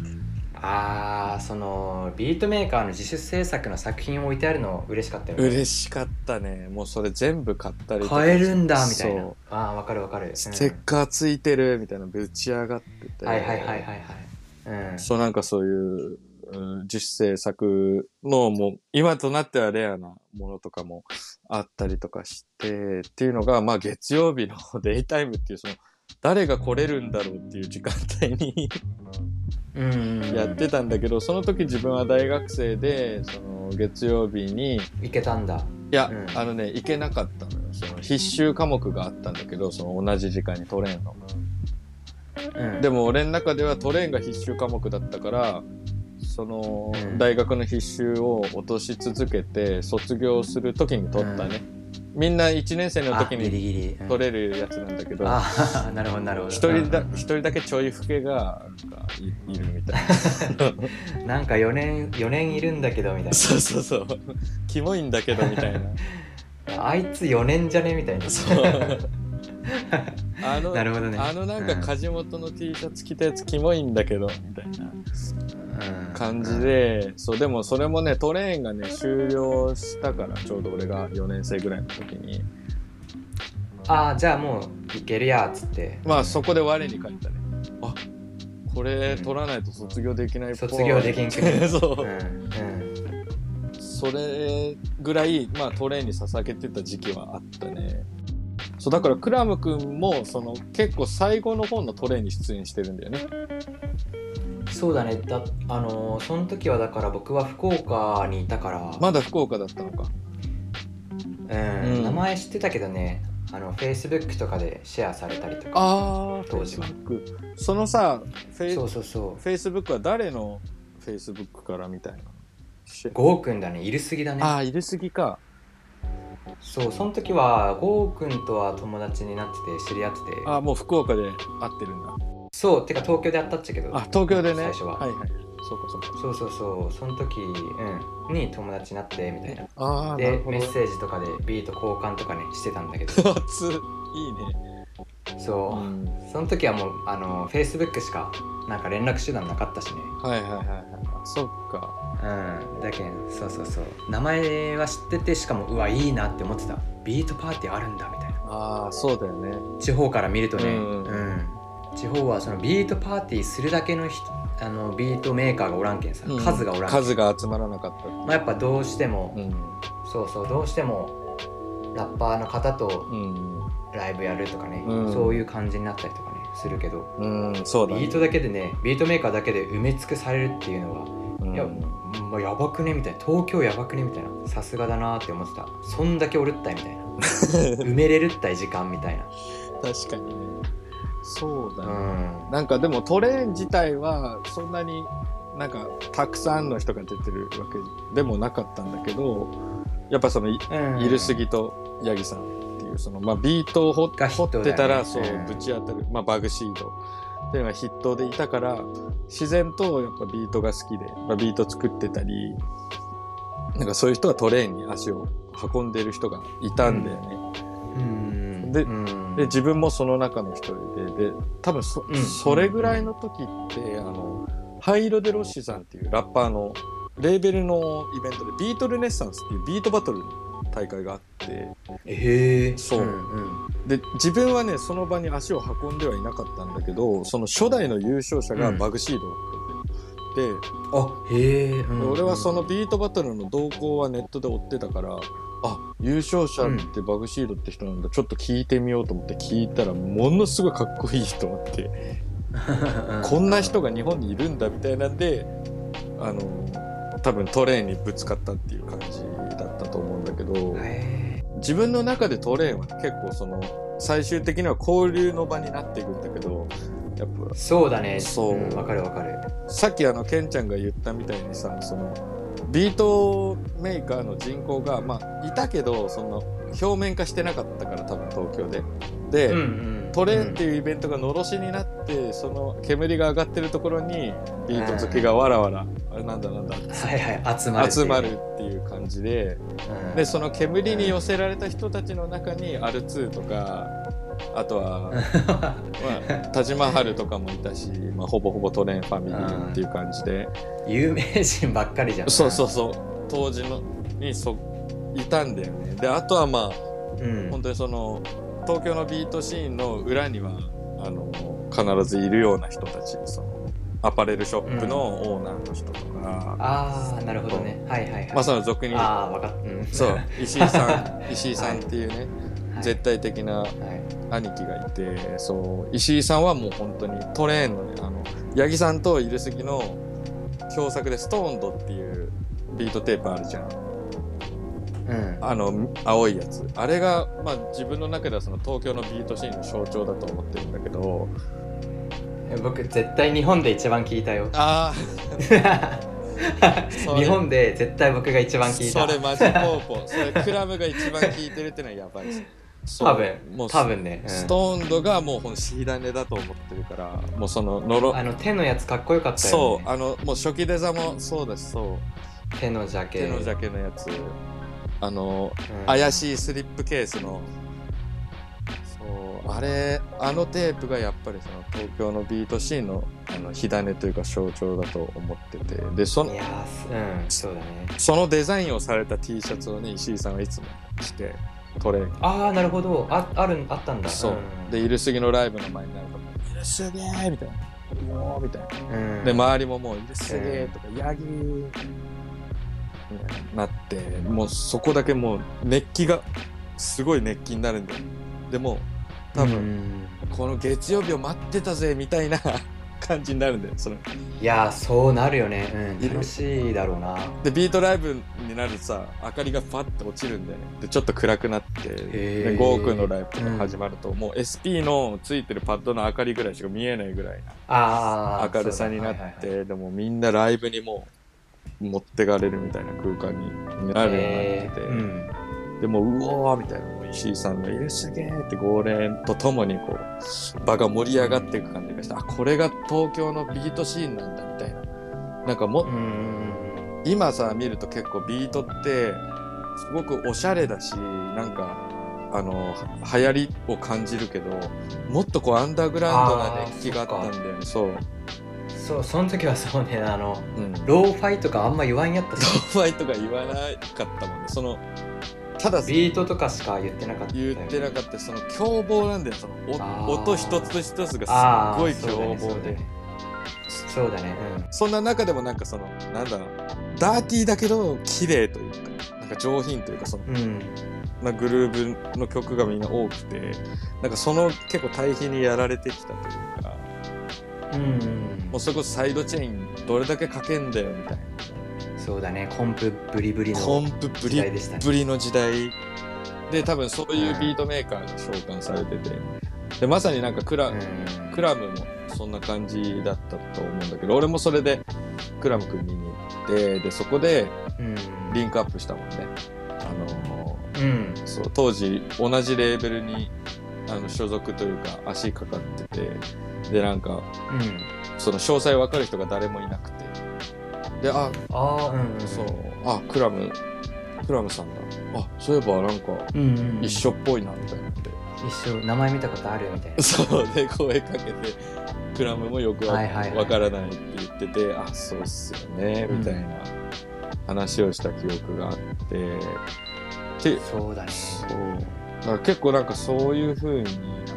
B: あーそのビートメーカーの自主制作の作品を置いてあるの嬉しかったよね
A: 嬉しかったねもうそれ全部買ったりとか
B: 買えるんだみたいな
A: そう
B: あーわかるわかる、うん
A: ステッカーついてるみたいなぶち上がってて
B: はいはいはいはいはいうん
A: そうなんかそういう、うん、自主制作のもう今となってはレアなものとかもあったりとかしてっていうのがまあ月曜日のデイタイムっていうその誰が来れるんだろうっていう時間帯に
B: うんうん
A: やってたんだけどその時自分は大学生でその月曜日に
B: いけたんだ
A: いや、
B: うん
A: あのね行けなかったのよその必修科目があったんだけどその同じ時間にトレーンの
B: うん
A: でも俺の中ではトレーンが必修科目だったからその
B: うん
A: 大学の必修を落とし続けて卒業する時に取ったね、みんな1年生の時
B: あギリ
A: に
B: ギリ、うん
A: 取れるやつなんだけど
B: あー なるほどなるほど
A: 一人だ
B: うん
A: 一人だけちょい老けがなんかいいるみた い
B: なんか4年4年いるんだけどみたい
A: なそうそうそうキモいんだけどみたいな
B: なあいつ4年じゃねみたいな
A: そうあの
B: なるほどね
A: あのなんか梶本の T シャツ着たやつキモいんだけどみたいな
B: うん
A: 感じで、そうでもそれもねトレーンがね終了したからちょうど俺が4年生ぐらいの時に
B: ああじゃあもういけるやっつって
A: まあそこで我に返ったねあこれ取らないと卒業できないっぽい
B: 卒業できんくな る
A: そう
B: う、んうん
A: それぐらい、まあ、トレーンに捧げてた時期はあったねそうだからクラム君もその結構最後の方のトレーンに出演してるんだよね
B: そうだねだあのーその時はだから僕は福岡にいたから、
A: まだ福岡だったのか
B: うん
A: うん
B: 名前知ってたけどねあの Facebook とかでシェアされたりとか
A: ああ
B: 当時は
A: そのさフェイ
B: そうそうそ
A: フェイスブックは誰のフェイスブックからみたいな。し
B: うゴーくんだねいるすぎだね
A: ああ、入れすぎか。
B: そうその時はゴーくんとは友達になってて知り合ってて
A: ああ、もう福岡で会ってるんだ。
B: そうてか東京で会ったっちゃけど
A: あ、東京でね。
B: 最初はい
A: はい。そうかそうか。
B: そうそうそうその時、うん、に友達になってみたいな
A: ああ、な
B: で
A: るほ
B: メ
A: ど。
B: ッセージとかでビート交換とかねしてたんだけ ど
A: ついいね。
B: そう、その時はもうあの Facebook しかなんか連絡手段なかったしね
A: はいはいはいはい。そっか。
B: うんだけんそうそうそう名前は知っててしかもうわいいなって思ってたビートパーティーあるんだみたいな
A: ああ、そうだよね。
B: 地方から見るとね、
A: う
B: うんん地方はそのビートパーティーするだけの人あのビートメーカーがおらんけんさ、
A: うん
B: 数がおらんけん
A: 数が集まらなかった。
B: まあ、やっぱどうしても、
A: うん。
B: そうそうどうしてもラッパーの方と
A: う
B: ライブやるとかね、
A: うん
B: そういう感じになったりとかねするけど
A: ん。うん、そうだ
B: ビー
A: ね。
B: トだけでねビートメーカーだけで埋め尽くされるっていうのは
A: うん
B: いや、まあ、やばくねみたいな東京やばくねみたいなさすがだなって思ってた そんだけおるったいみたいな埋めれるったい時間みたいな
A: 確かにね。
D: そうだ
B: う
D: ね、
B: ん
A: なんかでもトレーン自体はそんなになんかたくさんの人が出てるわけでもなかったんだけどやっぱそのい
B: うん
A: いるすぎと八木さんっていうその、まあ、ビートを掘
B: がヒ
A: 掘
B: ットだよね
A: ってたらそう
B: うん
A: ぶち当たる、まあ、バグシードっていうのが筆頭でいたから自然とやっぱビートが好きで、まあ、ビート作ってたりなんかそういう人はトレーンに足を運んでる人がいたんだよね。
B: うん
A: で
B: うん
A: で自分もその中の一人でで多分そ,、
B: うん
A: それぐらいの時ってあのハイロ・デ・ロッシさんっていうラッパーのレーベルのイベントでビートルネッサンスっていうビートバトルの大会があって
B: へえ
A: そうんで自分はねその場に足を運んではいなかったんだけどその初代の優勝者がバグシードだったんで、
B: あへえ、
A: で
B: うん
A: 俺はそのビートバトルの動向はネットで追ってたからあ優勝者ってバグシードって人なんだ、ちょっと聞いてみようと思って聞いたらものすごいかっこいいと思って。こんな人が日本にいるんだみたいなんで、あの、多分トレーンにぶつかったっていう感じだったと思うんだけど、
B: へ
A: 自分の中でトレーンは結構その、最終的には交流の場になっていくんだけど、やっ
B: ーそうだね
A: そうん
B: わかるわかる
A: ぱ、さっきあの、ケンちゃんが言ったみたいにさ、その、ビートメーカーの人口が、まあ、いたけど、その、表面化してなかったから、多分東京で。で、
B: ん
A: トレーンっていうイベントがのろしになって、その煙が上がってるところにビート好きがわらわら、あれなんだなんだ
B: はいはい集まるっていう
A: 集まるっていう感じで
B: うん
A: でその煙に寄せられた人たちの中に R2 とかあと は、まあ、田島春とかもいたし、まあ、ほぼほぼトレーンファミリーっていう感じで、
B: 有名人ばっかりじゃん
A: そうそうそう当時のにそいたんだよねであとはまあ
B: う、ん、
A: 本当にその東京のビートシーンの裏にはあの必ずいるような人たちそのアパレルショップのオーナーの人とか、
B: ああなるほどねはいはいはい、
A: まあその俗に
B: ああ分かった、うん、
A: そう
B: は
A: 石井さん石井さんっていうね、
B: い
A: 絶対的な
B: はい
A: 兄貴がいてそう石井さんはもう本当にトレーンの,、ね、あの八木さんと入れすぎの共作で「ストーンドっていうビートテープあるじゃん。
B: うん
A: あの青いやつあれが、まあ、自分の中ではその東京のビートシーンの象徴だと思ってるんだけど
B: 僕絶対日本で一番聞いたよ
A: あ それ
B: 日本で絶対僕が一番聞いた
A: それマジポーポーそれクラブが一番聴いてるってのはやばい ですそう
B: 多分
A: もう
B: 多分ね、うん
A: ストーンドがもうほんと火種だと思ってるからもうそののろ
B: あの手のやつかっこよかった
A: そ
B: よ、ね、
A: うあのもう初期デザもそうだしそう
B: 手のジャケ
A: 手のジャケのやつあの
B: うん
A: 怪しいスリップケースのそうあれあのテープがやっぱりその東京のビートシーンのあの火種というか象徴だと思っててでその
B: いやーすうんそうだね
A: そのデザインをされた T シャツをね石井さんはいつも着てトレーニング
B: ああなるほどああるあったんだ
A: そう、
B: ん
A: でイルスギのライブの前になると「イルスギー!」みたいな「うおー!」みたいな
B: うん
A: で周りももう「イルスギー!」とか「ヤギー!」みたいになってもうそこだけもう熱気がすごい熱気になるんだよでも多分、
B: うん
A: この月曜日を待ってたぜみたいな 感じになるんだよその
B: いやーそうなるよね、う
A: い
B: ん、
A: る
B: 楽しいだろうな
A: でビートライブになるとさ明かりがファッて落ちるんだよねでちょっと暗くなって
B: へー
A: でゴーくんのライブが始まると、もう SP のついてるパッドの明かりぐらいしか見えないぐらい
B: あ
A: な
B: あ
A: 明るさになって、でもみんなライブにもう持ってかれるみたいな空間になるようになってて、
B: うん
A: でもううおーみたいなもう石井さんの「いらっしゃけ!」って号令とともにこう場が盛り上がっていく感じがしてあこれが東京のビートシーンなんだみたいななんかも、
B: うん
A: 今さ見ると結構ビートってすごくおしゃれだしなんかあの流行りを感じるけどもっとこうアンダーグラウンドな熱気があったんだよねそう、
B: そうその時はそうねあの
A: うん、ロ
B: ローファイとかあんま言わんやったし
A: ーファイとか言わなかったもんねそのただ
B: ビートとかしか言ってなかった
A: 言ってなかったその凶暴なんだよその
B: あー
A: お音一つ一つが
B: あ
A: すっ
B: あ
A: ごい凶暴で
B: そうだねそうだね
A: そんな中でもなんかそのなんだろうダーティーだけど綺麗というかなんか上品というかその
B: うん、うん、
A: なグルーブの曲がみんな多くてなんかその結構対比にやられてきたというか
B: うん
A: もうそれこそサイドチェーンどれだけかけんだよみたい
B: そうだねコンプブリブリ
A: な
B: の
A: コンプブ
B: 時代
A: リ
B: でしたね
A: ブリの時代で多分そういうビートメーカーが召喚されててでまさになんかクラ,、
B: うん
A: クラムもそんな感じだったと思うんだけど俺もそれでクラム君見に行ってでそこで
B: うん
A: リンクアップしたもんね。あの
B: うん
A: ーそう当時同じレーベルにあの所属というか足かかっててでなんか
B: うん
A: その詳細分かる人が誰もいなくてであ
B: ああうんうん
A: そうあクラムクラムさんだあそういえばなんか
B: うんうんうん
A: 一緒っぽいなみたいになって、
B: 一緒名前見たことあるみたいな
A: そうで声かけてクラムもよくわ,、
B: はいはいはい
A: からないって言っててあそうっすよねみたいな話をした記憶があって、で
B: そうだね
A: そうだから結構なんかそういう風に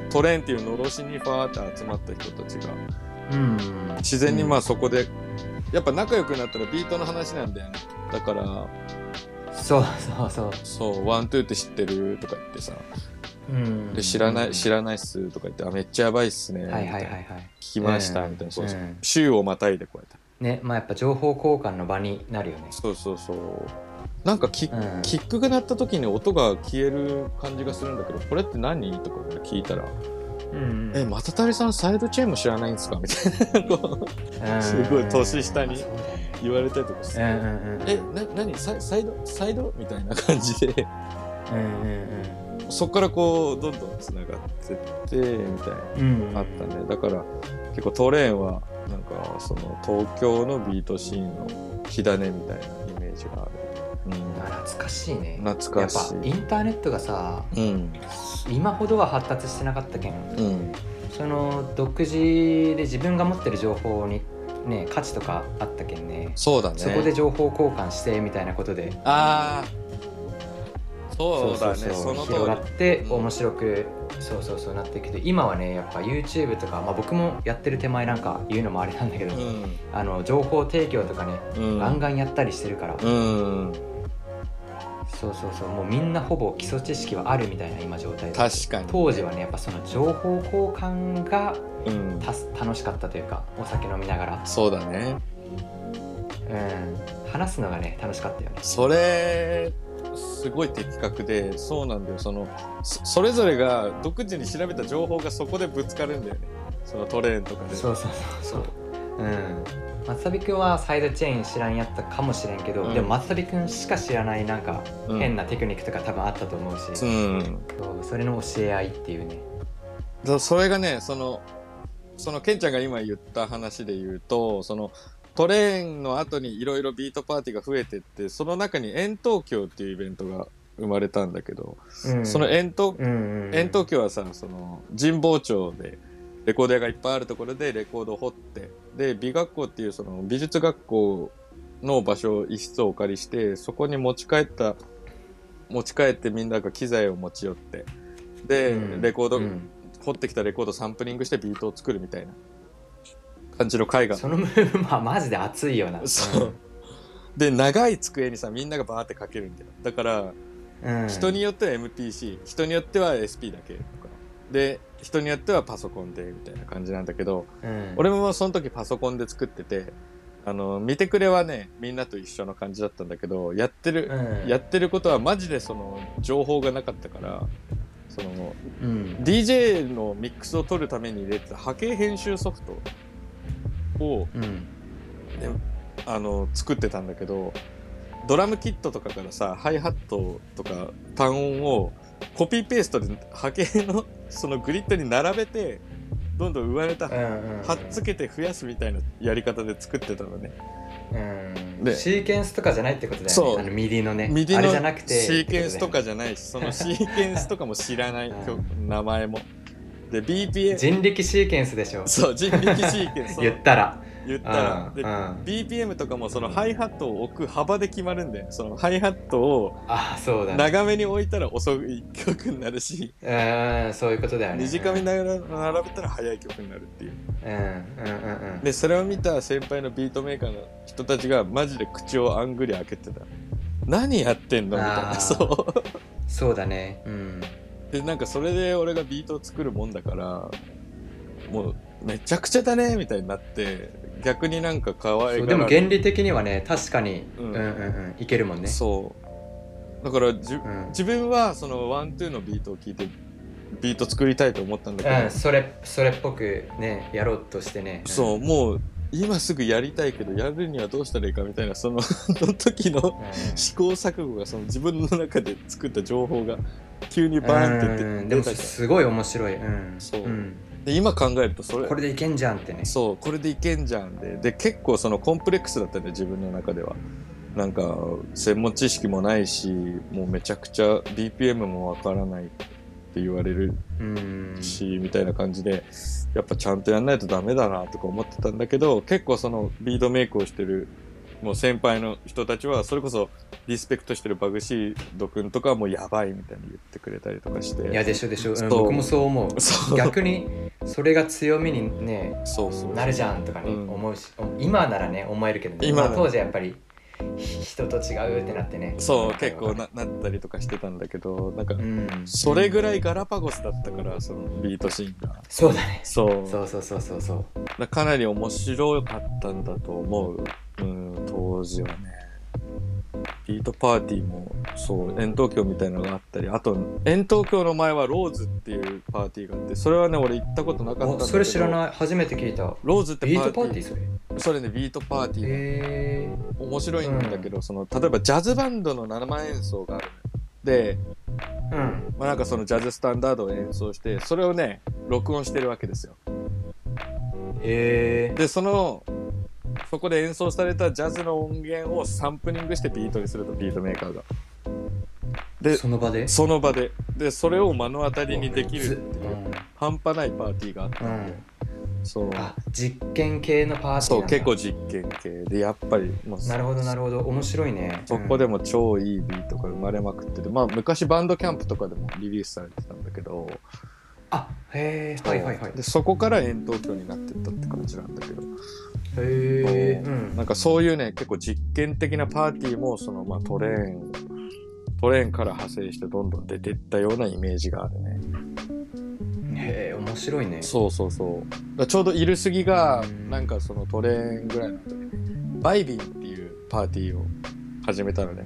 A: トレーンっていうのろしにファーって集まった人たちが
B: うん
A: 自然にまあそこで、やっぱ仲良くなったらビートの話なんだよねだから
B: そうそうそう
A: そう「ワントゥーって知ってる?」とか言ってさ
B: うん
A: で知らない、知らないっすとか言って、あ、めっちゃやばいっすね。
B: はい
A: み
B: はいは
A: たいない
B: はい
A: 聞きました、みたいな。そうそう。
B: ん
A: 週をまたいでこうやって。
B: ねまあやっぱ情報交換の場になるよね
A: そうそうそう。なんかキ,、
B: うん
A: キックが鳴った時に音が消える感じがするんだけど、これって何とか俺聞いたら、
B: うん
A: え、またたりさんサイドチェーンも知らないんですかみたいなこう
B: う ん
A: すごい年下に
B: そうだよね
A: 言われたりとかして。
B: うんうんうん
A: え、な、何サイサイドサイドみたいな感じで、
B: うんうん
A: そこからこう、どんどん繋がってって、みたいな。
B: うんうん
A: あったねだから結構トレーンはなんかその東京のビートシーンの火種みたいなイメージがあ
B: あ
A: る、
B: 懐かしいね
A: うん、懐かし
B: やっぱインターネットがさ
A: いうん
B: 今ほどは発達してなかったけん
A: うん
B: その独自で自分が持ってる情報にね価値とかあったけんね
A: そうだね
B: そこで情報交換してみたいなことで
A: ああそうだねその通り
B: 広がって
A: うん
B: 面白く、そうそうそうなっていくけど今はねやっぱ YouTube とか、まあ、僕もやってる手前なんか言うのもあれなんだけど、あの情報提供とかね、
A: うんうん
B: ガンガンやったりしてるから、
A: うん
B: そうそうそうもうみんなほぼ基礎知識はあるみたいな今状態だ
A: 確かに
B: 当時はねやっぱその情報交換が
A: うん
B: たす楽しかったというかお酒飲みながら、
A: そうだね
B: うん、話すのがね楽しかったよね
A: それすごい的確でそうなんだよそのそそれぞれが独自に調べた情報がそこでぶつかるんだよねそのトレーンとかで
B: そうそうそうそううん松旅くんはサイドチェーン知らんやったかもしれんけど、
A: うん
B: でも松旅くんしか知らないなんか
A: うん
B: 変なテクニックとか多分あったと思うし、
A: うん
B: そうそれの教え合いっていうね
A: だそれがねそのそのケンちゃんが今言った話で言うとそのトレーンの後にいろいろビートパーティーが増えてってその中に円東京っていうイベントが生まれたんだけど、
B: うん
A: その円東,、
B: うんうん
A: 円東京はさその神保町でレコード屋がいっぱいあるところでレコードを掘ってで美学校っていうその美術学校の場所を一室をお借りしてそこに持ち帰った持ち帰ってみんなが機材を持ち寄ってで、
B: うん
A: レコード、
B: うん
A: 掘ってきたレコードサンプリングしてビートを作るみたいな感じの絵画
B: そのムーブまあマジで熱いよな
A: そうで長い机にさみんながバーって書けるんだよだから
B: うん、うん
A: 人によっては MPC 人によっては SP だけとかで人によってはパソコンでみたいな感じなんだけど
B: うん、
A: 俺もその時パソコンで作っててあの見てくれはねみんなと一緒の感じだったんだけどやってる、
B: うん
A: やってることはマジでその情報がなかったからその
B: うん
A: DJ のミックスを取るために入れてた波形編集ソフトを
B: うん
A: あの作ってたんだけどドラムキットとかからさハイハットとか単音をコピーペーストで波形のそのグリッドに並べてどんどん上ネタ
B: う
A: は
B: んうん
A: っつけて増やすみたいなやり方で作ってたのね
B: うん
A: で
B: シーケンスとかじゃないってことだよね
A: そう
B: あのミディのね
A: 右
B: あれ
A: の
B: じゃなくて
A: シーケンスとかじゃないしそのシーケンスとかも知らない曲名前もで BPM
B: 人力シーケンスでしょ
A: そう人力シーケ ンス
B: 言ったら
A: 言ったらで
B: うんうん
A: BPM とかもそのハイハットを置く幅で決まるんだよそのハイハットを
B: ああそうだね
A: 長めに置いたら遅い曲になるし
B: うーんそういうことだよね
A: 短めに並べたら速い曲になるっていう
B: うんうんうんうん
A: でそれを見た先輩のビートメーカーの人たちがマジで口をあんぐり開けてた何やってんのみたい
B: あ
A: な
B: ー
A: そ
B: そうだねうん
A: うでなんかそれで俺がビートを作るもんだからもうめちゃくちゃだねみたいになって逆になんか可愛
B: そ
A: いうが
B: で
A: ら
B: も
A: れ
B: 原理的にはね確かに、
A: う
B: うんん、うんうんいけるもんね
A: そうだからじゅ
B: うん
A: 自分はそのワントゥーのビートを聴いてビート作りたいと思ったんだけど、
B: うん、それそれっぽくねやろうとしてね
A: そううもう今すぐやりたいけどやるにはどうしたらいいかみたいなその その時の
B: ん、
A: 試行錯誤がその自分の中で作った情報が急にバーンって
B: うん
A: 出
B: でも
A: たじゃん
B: すごい面白い、うん、
A: そうんで今考えるとそれ
B: これでいけんじゃんってね
A: そうこれでいけんじゃんでで結構そのコンプレックスだったね自分の中ではなんか専門知識もないしもうめちゃくちゃ BPM もわからないって言われる
B: うん
A: し、みたいな感じでやっぱちゃんとやんないとダメだなとか思ってたんだけど結構そのビードメイクをしてるもう先輩の人たちはそれこそリスペクトしてるバグシード君とかはもうやばいみたいに言ってくれたりとかして
B: いやでしょでしょ、うん
A: そう
B: 僕もそう思う
A: そう
B: 逆にそれが強みにね
A: そうそう
B: なるじゃんとかね、
A: うん
B: 思うし今ならね思えるけど、ね、
A: 今なら
B: まあ当時はやっぱりひ人と違うってなってね
A: そう結構ななったりとかしてたんだけどなんか
B: うん
A: それぐらいガラパゴスだったからそのビートシーンが
B: そうだね
A: そう
B: そうそうそうそうそう
A: だかなり面白かったんだと思ううん当時はねビートパーティーもそう円東京みたいなのがあったりあと円東京の前はローズっていうパーティーがあってそれはね俺行ったことなかったんだ
B: お
A: けど
B: それ知ら
A: い
B: ない初めて聞いた
A: ローズって
B: ビ
A: パ
B: ー
A: ー
B: ト
A: テ
B: パ
A: ィー
B: ーティーそれ
A: それねビートパーティーなの
B: へ
A: 面白いんだけど、その例えばジャズバンドの生演奏があるで、
B: えうん
A: まあ、なんかそのジャズスタンダードを演奏してそれをね録音してるわけですよ
B: へえ
A: でそのそこで演奏されたジャズの音源をサンプリングしてビートにするとビートメーカーがで
B: その場で
A: その場ででそれを目の当たりにでき
B: ず
A: る
B: うん
A: 半端ないパーティーがあって
B: うん
A: そう
B: あ実験系のパーティー
A: そう
B: なんだ
A: 結構実験系でやっぱりもう
B: なるほどなるほど面白いね
A: そこでも
B: も
A: 超いいビートが生まれまくってて、まあ昔バンドキャンプとかでもリリースされてたんだけど、
B: あへえはいはいはいへ
A: でそこから円東京になってったって感じなんだけど
B: えう
A: なんんかそういうね、結構実験的なパーティーも、そのまあトレーン、トレーンから派生してどんどん出てったようなイメージがあるね。
B: へえ面白いね
A: そうそうそう。だからちょうどイルスギが、なんかそのトレーンぐらいの時に、バイビンっていうパーティーを始めたのね。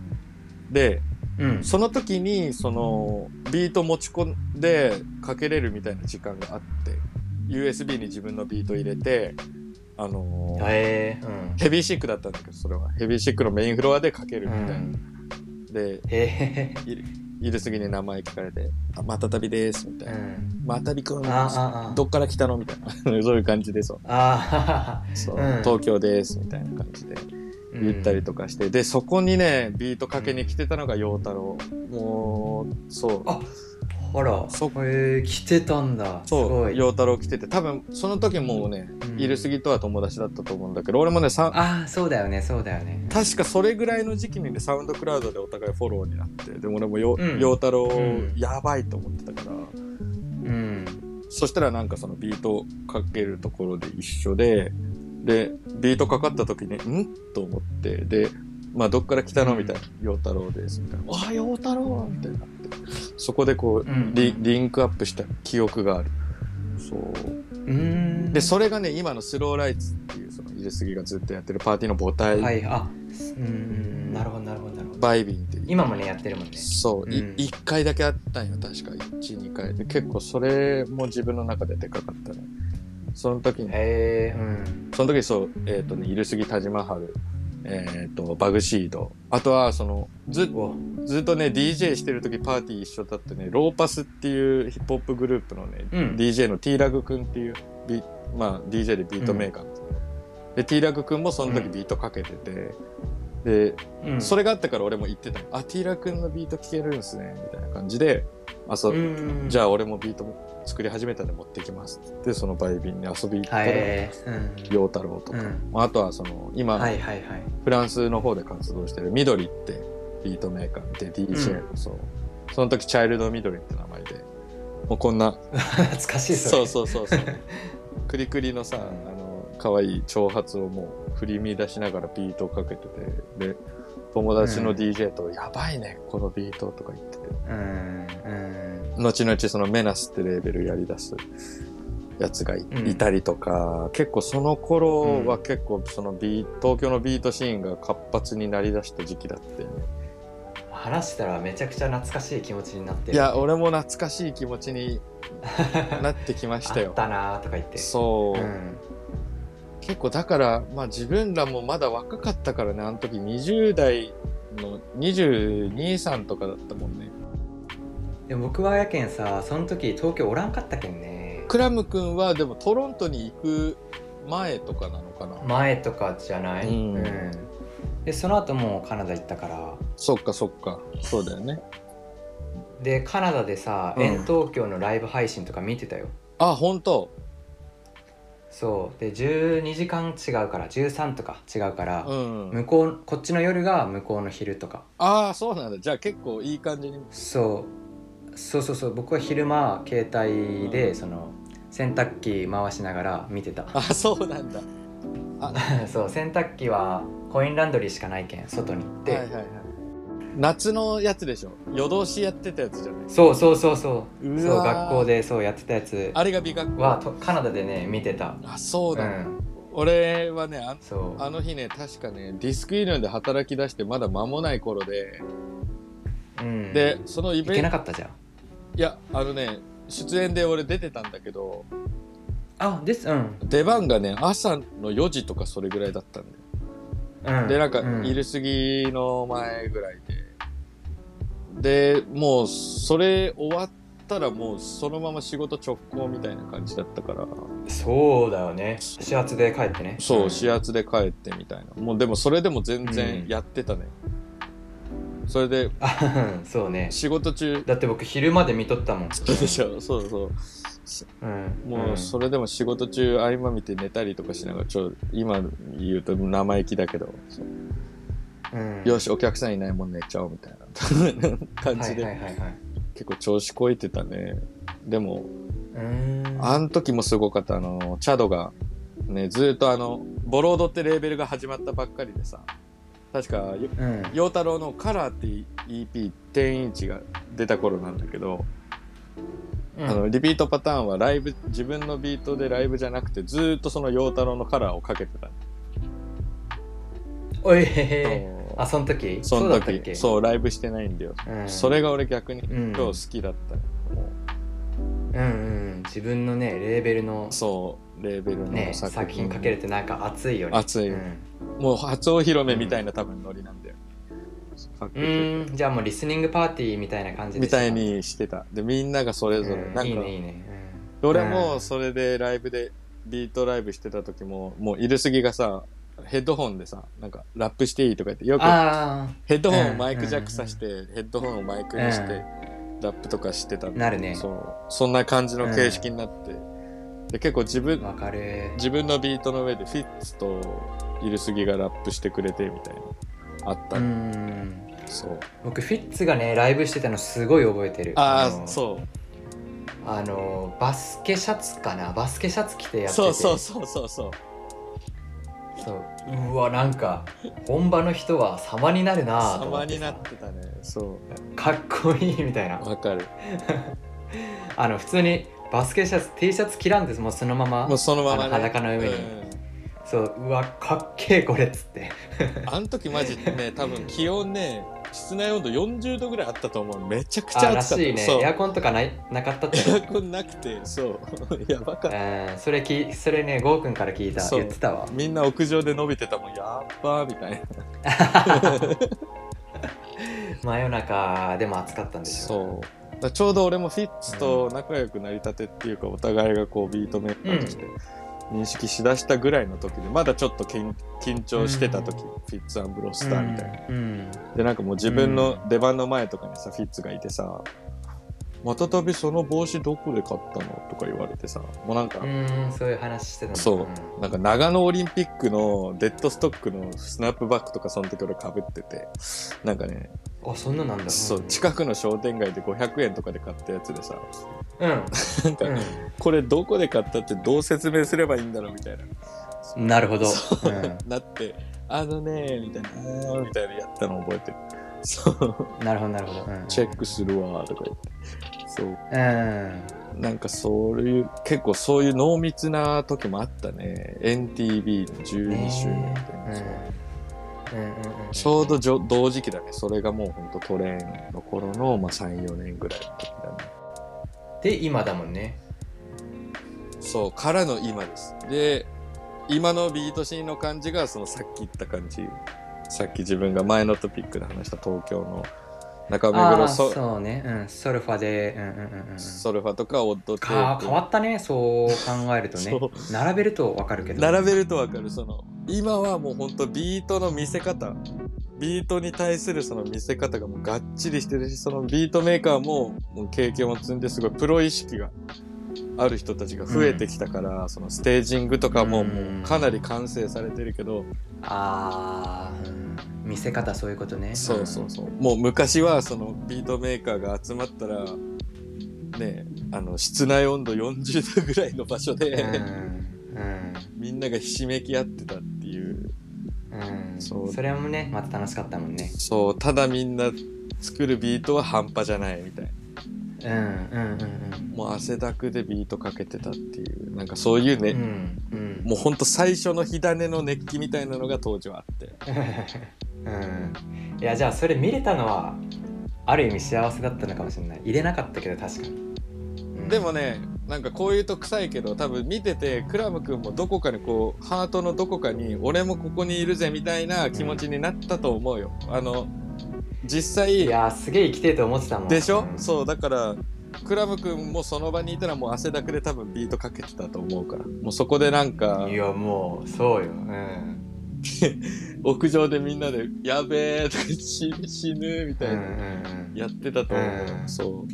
A: で、
B: うん
A: その時に、そのビート持ち込んでかけれるみたいな時間があって、USB に自分のビート入れて、あのー
B: へえうん
A: ヘビーシックだったんだけど、それは。ヘビーシックのメインフロアでかけるみたいな。
B: うん
A: で、
B: へえ
A: いるすぎに名前聞かれて、あ、またたびです、みたいうな。
B: ん
A: またびくん、
B: あああ
A: どっから来たのみたいな。 そういう感じでそう。
B: ああ
A: そう
B: うん
A: 東京です、みたいな感じで言ったりとかして。で、そこにね、ビートかけに来てたのが陽太郎。もう、そう。
B: ああら
A: そ
B: へえ来てたんだす
A: そ
B: ご
A: う、
B: い
A: 陽太郎来てて、多分その時もうね、
B: うん
A: いるすぎとは友達だったと思うんだけど、俺もね、さん
B: ああそうだよねそうだよね
A: 確かそれぐらいの時期にね、サウンドクラウドでお互いフォローになって、でも俺もよ
B: うん
A: 陽太郎、
B: うん
A: やばいと思ってたから、
B: うん
A: そしたらなんかそのビートかけるところで一緒で、で、ビートかかった時に、んと思って、で、まあどっから来たのみたいな、陽太郎です、みたいな。ああ、陽太郎みたいになって。そこでこう、
B: うん
A: リリンクアップした記憶がある。そう。
B: うん
A: で、それがね、今のスローライツっていう、その入れすぎがずっとやってるパーティーの母体、
B: はいあうんうんなるほどなるほどなるほど
A: バイビンっていう。
B: 今もねやってるもんね
A: そう、い
B: うん
A: 一1回だけあったんよ確か12回で結構それも自分の中ででかかったねその時に
B: へえうん
A: その時そう、えっ、とね、いるすぎ田島春、えっ、と、バグシード。あとは、その、ず
B: う、わ
A: ずっとね、DJ してる時パーティー一緒だってね、ローパスっていうヒップホップグループのね、
B: うん
A: DJ の T ラグくんっていう、ビまあ、DJ でビートメーカー、で、T ラグくんもその時ビートかけてて、で、
B: うん
A: それがあったから俺も言ってたのあ、T ラグくんのビート聴けるんすね、みたいな感じで、あ、そう、
B: うん
A: じゃあ俺もビートも作り始めたんで持ってきますって言って、そのバイビンに遊び行ったら、
B: はいうん
A: 陽太郎とか、
B: うん
A: まああとはその今、
B: はいはいはい
A: フランスの方で活動してる緑ってビートメーカーで DJ の、そうその時チャイルド緑って名前でもうこんな
B: 懐かしい
A: そう
B: う
A: そうそうそうクリクリのさあの可愛い長髪をもう振り乱しながらビートをかけててで友達の
B: うん
A: DJ と「やばいねこのビート」とか言ってて
B: うんうん
A: 後々そのメナスってレーベルやりだすやつがい,、
B: うん
A: たりとか結構その頃は結構そのビー東京のビートシーンが活発になりだした時期だって、ね
B: 話したらめちゃくちゃ懐かしい気持ちになって
A: い や俺も懐かしい気持ちになってきました
B: あ
A: よ
B: ったなーとか言って
A: そう、
B: うん
A: 結構だから、まあ、自分らもまだ若かったからねあの時20代の223とかだったもんね
B: でも僕はやけんさその時東京おらんかったけんね
A: クラム君はでもトロントに行く前とかなのかな、
B: 前とかじゃない、
A: うん
B: でその後もうカナダ行ったから
A: そっかそっかそうだよね
B: でカナダでさ、
A: うん
B: 遠東京のライブ配信とか見てたよ
A: あ本当
B: そうで12時間違うから13とか違うから、
A: うん、
B: 向こうこっちの夜が向こうの昼とか
A: ああそうなんだじゃあ結構いい感じに
B: そうそうそうそう僕は昼間携帯で、
A: うん
B: その洗濯機回しながら見てた
A: あそうなんだ
B: そう洗濯機はコインランドリーしかないけん外に行って、
A: はいはいはい夏のやつでしょ夜通しやってたやつじゃない
B: そうそうそうそう
A: う
B: そう
A: わー
B: 学校でそうやってたやつ
A: あれが美学校
B: はとカナダでね見てた
A: あそう
B: う
A: だ、
B: ん
A: 俺はねあ
B: そう
A: あの日ね確かねディスクユニオンで働き出してまだ間もない頃で、
B: うん
A: でそのイ
B: 行
A: ベ
B: け
A: ント
B: なかったじゃん
A: いやあのね出演で俺出てたんだけど
B: あですうん
A: 出番がね朝の4時とかそれぐらいだったんだよ
B: うん
A: でなんか
B: う
A: 昼過ぎの前ぐらいで、でもうそれ終わったらもうそのまま仕事直行みたいな感じだったから
B: そうだよね始発で帰ってね
A: そう、
B: ん
A: 始圧で帰ってみたいな。もうでもそれでも全
B: う
A: 然
B: ん
A: やってたね。それで
B: あうん そうね
A: 仕事 中、
B: だって僕昼まで見とったもん
A: そうでしょ、そうそう。
B: うん
A: もうそれでも仕事中合間見て寝たりとかしながら、ちょ、今言うと生意気だけど、
B: うん
A: よし、お客さんいないもん寝ちゃおうみたいな 感じ
B: はい
A: で、
B: はいはいはい
A: 結構調子こいてたね。でも、
B: うーん
A: あの時もすごかった、あの、チャドが、ね、ずーっとあの、ボロードってレーベルが始まったばっかりでさ、確か、
B: うん
A: 陽太郎の「カラーっていう EP「10インチ」が出た頃なんだけど、
B: うん
A: あのリピートパターンはライブ自分のビートでライブじゃなくてずーっとその陽太郎のカラーをかけてた、
B: おいへへあその時
A: そうの
B: だったっ
A: 時
B: け
A: そうライブしてないんだよ、
B: うん
A: それが俺逆に
B: うん
A: 今日好きだった、も
B: うんうん自分のねレーベルの
A: うそうレーベル
B: ね
A: の
B: 作品かけるってなんか熱いよね
A: 熱い
B: うん
A: もう初お披露目みたいな多分ノリなんだよ、か
B: う
A: けて
B: ーんじゃあもうリスニングパーティーみたいな感じで
A: みたいにしてたでみんながそれ
B: うん
A: ぞれ、なんか
B: いいねいいね
A: 俺もそれでライブでビートライブしてた時ももういるすぎがさヘッドホンでさなんかラップしていいとか言ってよ
B: うん
A: く
B: あ
A: ヘッドホンをマイクジャックさして、ヘッドホンをマイクにして、
B: う
A: ラップとかしてた
B: あなるね
A: そうそんな感じの形式になって、で結構自分
B: わかる
A: 自分のビートの上でフィッツといるすぎがラップしてくれてみたいなあった、
B: うーん
A: そう
B: 僕フィッツがねライブしてたのすごい覚えてる
A: あ
B: の
A: あそう
B: あのバスケシャツかなバスケシャツ着てやってて
A: そうそうそうそうそう
B: そううわなんか本場の人は様になるなぁと思
A: 様
B: って
A: にな
B: さ
A: ってたねそ
B: かっこいいみたいな
A: うわかる
B: あの普通にバスケシャツ T シャツ着らんですもうそのまま
A: もうそのまま、ね、
B: あの裸の上に
A: うん
B: そううわかっけえこれっつって
A: あの時マジ ね、多分気温ね、室内温度40度ぐらいあったと思う。めちゃくちゃ暑か
B: あら
A: った。
B: しいね
A: そう
B: エアコンとかないなかったって
A: エアコンなくて、そう。 やばかった。
B: うんそれきそれねゴーくんから聞いた
A: そう
B: 言ってたわ
A: みんな屋上で伸びてたもん、やっばーみたいな。
B: 真夜中でも暑かったんでしょ
A: そう。だからちょうど俺もフィッツと仲良くなりたてっていうか、お互いがこうビートメーカーとして認識しだしたぐらいの時で、まだちょっと緊緊張してた時、フィッツブロスターみたいな。
B: うん
A: でなんかもう自分の出番の前とかにさ、フィッツがいてさ「またたびその帽子どこで買ったの?」とか言われてさもうなんか、
B: うんうんそういう話してたの
A: そうんなんか長野オリンピックのデッドストックのスナップバッグとかその時俺かぶっててなんかね、
B: あそんななんだ
A: そう近くの商店街で500円とかで買ったやつでさ
B: うん
A: なんか、これどこで買ったってどう説明すればいいんだろうみたいな
B: うんなるほど
A: そう
B: うん
A: なって「あのね」みたいなあー「みたいなやったの覚えてるそう
B: なるほどなるほどうん
A: チェックするわーとか言ってそう
B: うん
A: なんかそういう結構そういう濃密な時もあったね NTB の12周年みたいな、
B: ねうんうんうん
A: ちょうどじょ同時期だね。それがもうほんとトレーンの頃の、まあ、3、4年ぐらいの時だね。
B: で今だもんね
A: そう、からの今です。で、今のビートシーンの感じが、そのさっき言った感じ。さっき自分が前のトピックで話した東京の中目
B: あ
A: 黒
B: あ
A: ソ
B: そうね、うん、ソルファで、うんうんうんうん、
A: ソルファとかオッドテ
B: か
A: ー
B: 変わ
A: プ。
B: ったねそう考えるとね
A: そ
B: 並べるとわかるけど
A: 並べるとわかる、その、今はもうほんとビートの見せ方。ビートに対するその見せ方がもうがっちりしてるし、そのビートメーカーももう経験を積んですごいプロ意識がある人たちが増えてきたから、そのステージングとかももうかなり完成されてるけど、
B: あーうん見せ方そういうことね
A: そうそうそう。もう昔はそのビートメーカーが集まったら、ね、あの室内温度40度ぐらいの場所
B: う
A: で、
B: んうん
A: みんながひしめき合ってたっていう
B: うんうん
A: そう
B: それもねまた楽しかったもんね
A: そうただみんな作るビートは半端じゃないみたいな
B: うんうんうん
A: もう汗だくでビートかけてたっていうなんかそういう
B: うんう
A: ね、
B: んうん
A: もうほんと最初の火種の熱気みたいなのが当時はあって
B: うんいやじゃあそれ見れたのはある意味幸せだったのかもしれない入れなかったけど確かに、うん
A: でもねなんかこういうと臭いけど多分見ててクラム君もどこかにこうハートのどこかに俺もここにいるぜみたいな気持ちになったと思うよ、あの実際
B: いやーすげえ生きてえと思ってたもん
A: でしょ、
B: うん
A: そうだからクラム君もその場にいたらもう汗だくで多分ビートかけてたと思うからもうそこでなんか
B: いやもうそうようん
A: 屋上でみんなで「やべえ」とか死「死ぬ」み
B: うん
A: た
B: う
A: い
B: んう
A: なんやってたと思う、
B: うん
A: そう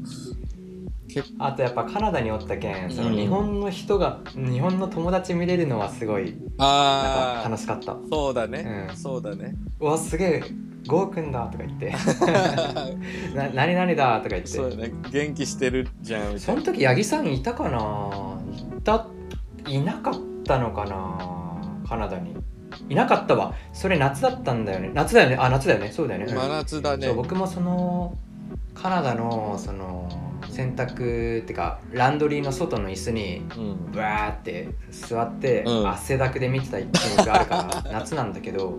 B: あとやっぱカナダにおったけんその
A: うん
B: 日本の人が、日本の友達見れるのはすごいなんか
A: ああ
B: 楽しかった
A: そうだね、
B: うん
A: そうだ ね
B: うわすげえゴーくんだと か言ってな何々だとか言って
A: そうだね元気してるじゃんみた
B: そ
A: い
B: の時八木さんいたかないたいなかったのかなカナダにいなかったわそれ夏だったんだよね夏だよねあ夏だよねそうだよね、
A: な
B: うん
A: 真夏だね
B: そう僕もそのカナダのその洗濯ってかランドリーの外の椅子に
A: うん
B: ブワーって座って、
A: うん
B: 汗だくで見てた記憶があるから 夏なんだけど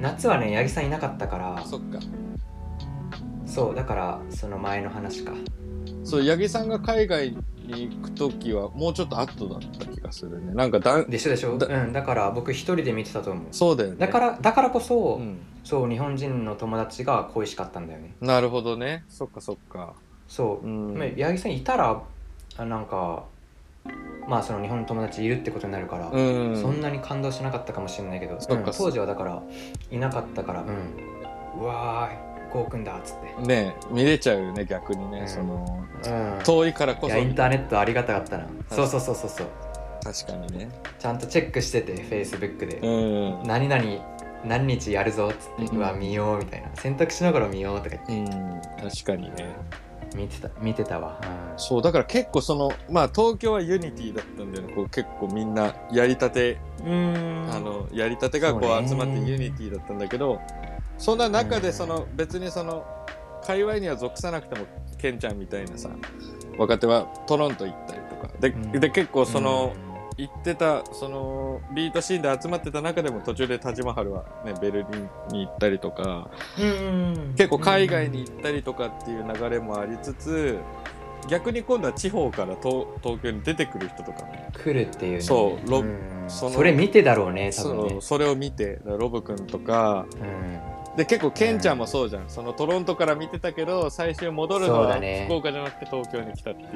B: 夏はね八木さんいなかったから
A: そっか
B: そうだからその前の話か
A: そう八木さんが海外に行く時はもうちょっと後だった気がするねなんかだん
B: でしょでしょ
A: だ
B: うん、だから僕一人で見てたと思う
A: そうだよね
B: だからだからこそ、
A: うん
B: そう日本人の友達が恋しかったんだよね
A: なるほどねそっかそっか
B: そう、
A: うん
B: まあ八木さんいたらあなんかまあその日本の友達いるってことになるから、
A: うん
B: そんなに感動しなかったかもしれないけど、
A: そっか
B: うん当時はだからいなかったから、うん、うわーいこうくんだっつって、
A: ねえ見れちゃうよね逆にね、
B: うん
A: その
B: うん、
A: 遠いからこ
B: い
A: そ
B: やインターネットありがたかったなそうそうそうそうそう
A: 確かにね
B: ちゃんとチェックしててフェイスブックで、
A: うん、
B: 何々何日やるぞっつって、
A: う
B: うんわ見ようみたいな選択しながら見ようとか言って
A: うん、確かにね
B: 見てた見てたわ、うん
A: そうだから結構そのまあ東京はユニティだったんだよねこう結構みんなやりたてあ
B: あ
A: のやりたてがこ
B: そう
A: う
B: ね
A: 集まってユニティだったんだけどそんな中
B: う
A: で
B: ん
A: その別にその界隈には属さなくてもケンちゃんみたいなさ若手はトロント行ったりとかで,、
B: うん
A: で結構その、行ってたそのビートシーンで集まってた中でも途中で田島春は、ね、ベルリンに行ったりとか結構海外に行ったりとかっていう流れもありつつ逆に今度は地方から東東京に出てくる人とか
B: 来るっていうね
A: そうロ
B: うん
A: その
B: それ見てだろうね多分
A: そ
B: ね
A: うそれを見てロブ君とか
B: うん
A: で結構ケンちゃんもそうじゃん、そのトロントから見てたけど最終戻るの
B: そう
A: は
B: だね
A: 福岡じゃなくて東京に来たっていう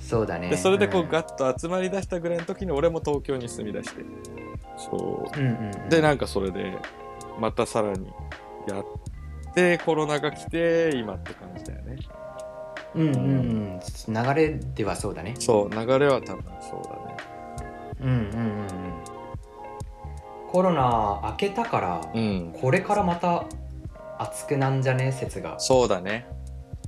B: そうだね
A: でそれでこ
B: ん
A: うガッと集まりだしたぐらいの時に俺も東京に住み出してそう
B: うんうんうん
A: でなんかそれでまたさらにやってコロナが来て今って感じだよね
B: うんうんうん流れではそうだね
A: そう流れは多分そうだね
B: うんうんうんうんコロナ明けたから
A: うん
B: これからまた熱くなんじゃね説が
A: そうだね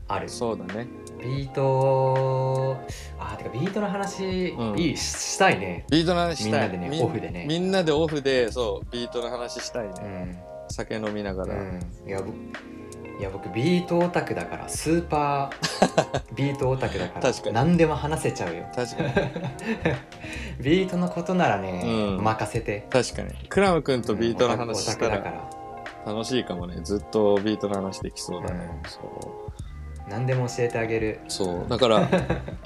B: ある
A: そうだね
B: ビートあーてかビートの話、
A: うん
B: いいししたいね
A: ビートの話し
B: みん
A: た
B: ないで
A: み
B: ねオフでね
A: みんなでオフでそうビートの話したいね、
B: うん
A: 酒飲みなが
B: う
A: ら、
B: ん、いやぼいや僕ビートオタクだからスーパ ービートオタクだから
A: 確かに
B: 何でも話せちゃうよ
A: 確かに
B: ビートのことならね、
A: うん
B: 任せて
A: 確かにクラム君とビートの話
B: オタ
A: し
B: ク
A: た
B: だからら
A: 楽しいかもねずっとビートの話できそうだね、
B: う
A: そう
B: 何でも教えてあげる
A: そうだから も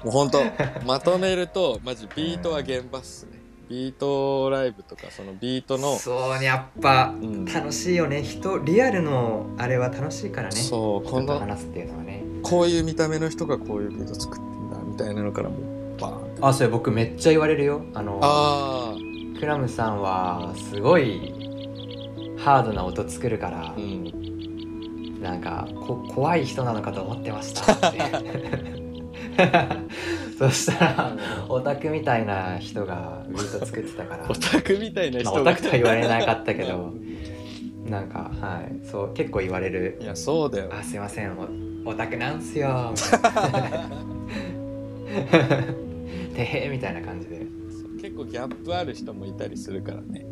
A: うほんとまとめるとマジビートは現場っすねビートライブとかそのビートの
B: そうねやっぱ
A: うん
B: 楽しいよね人リアルのあれは楽しいからね
A: そうこ
B: 人と
A: の
B: 話すっていうのはね
A: こういう見た目の人がこういうビート作ってんだみたいなのからもうバーン
B: あそれ僕めっちゃ言われるよあの
A: あ
B: クラムさんはすごいハードな音作るから
A: あ、うん
B: なんかこ怖い人なのかと思って ましたってそしたらオタクみたいな人がビート作ってたから
A: オタクみたいな人
B: まあ
A: が
B: オタクとは言われなかったけどなんかはいそう結構言われる
A: いやそうだよ
B: あすいませんおオタクなんす よてへみたいな感じで
A: 結構ギャップある人もいたりするからね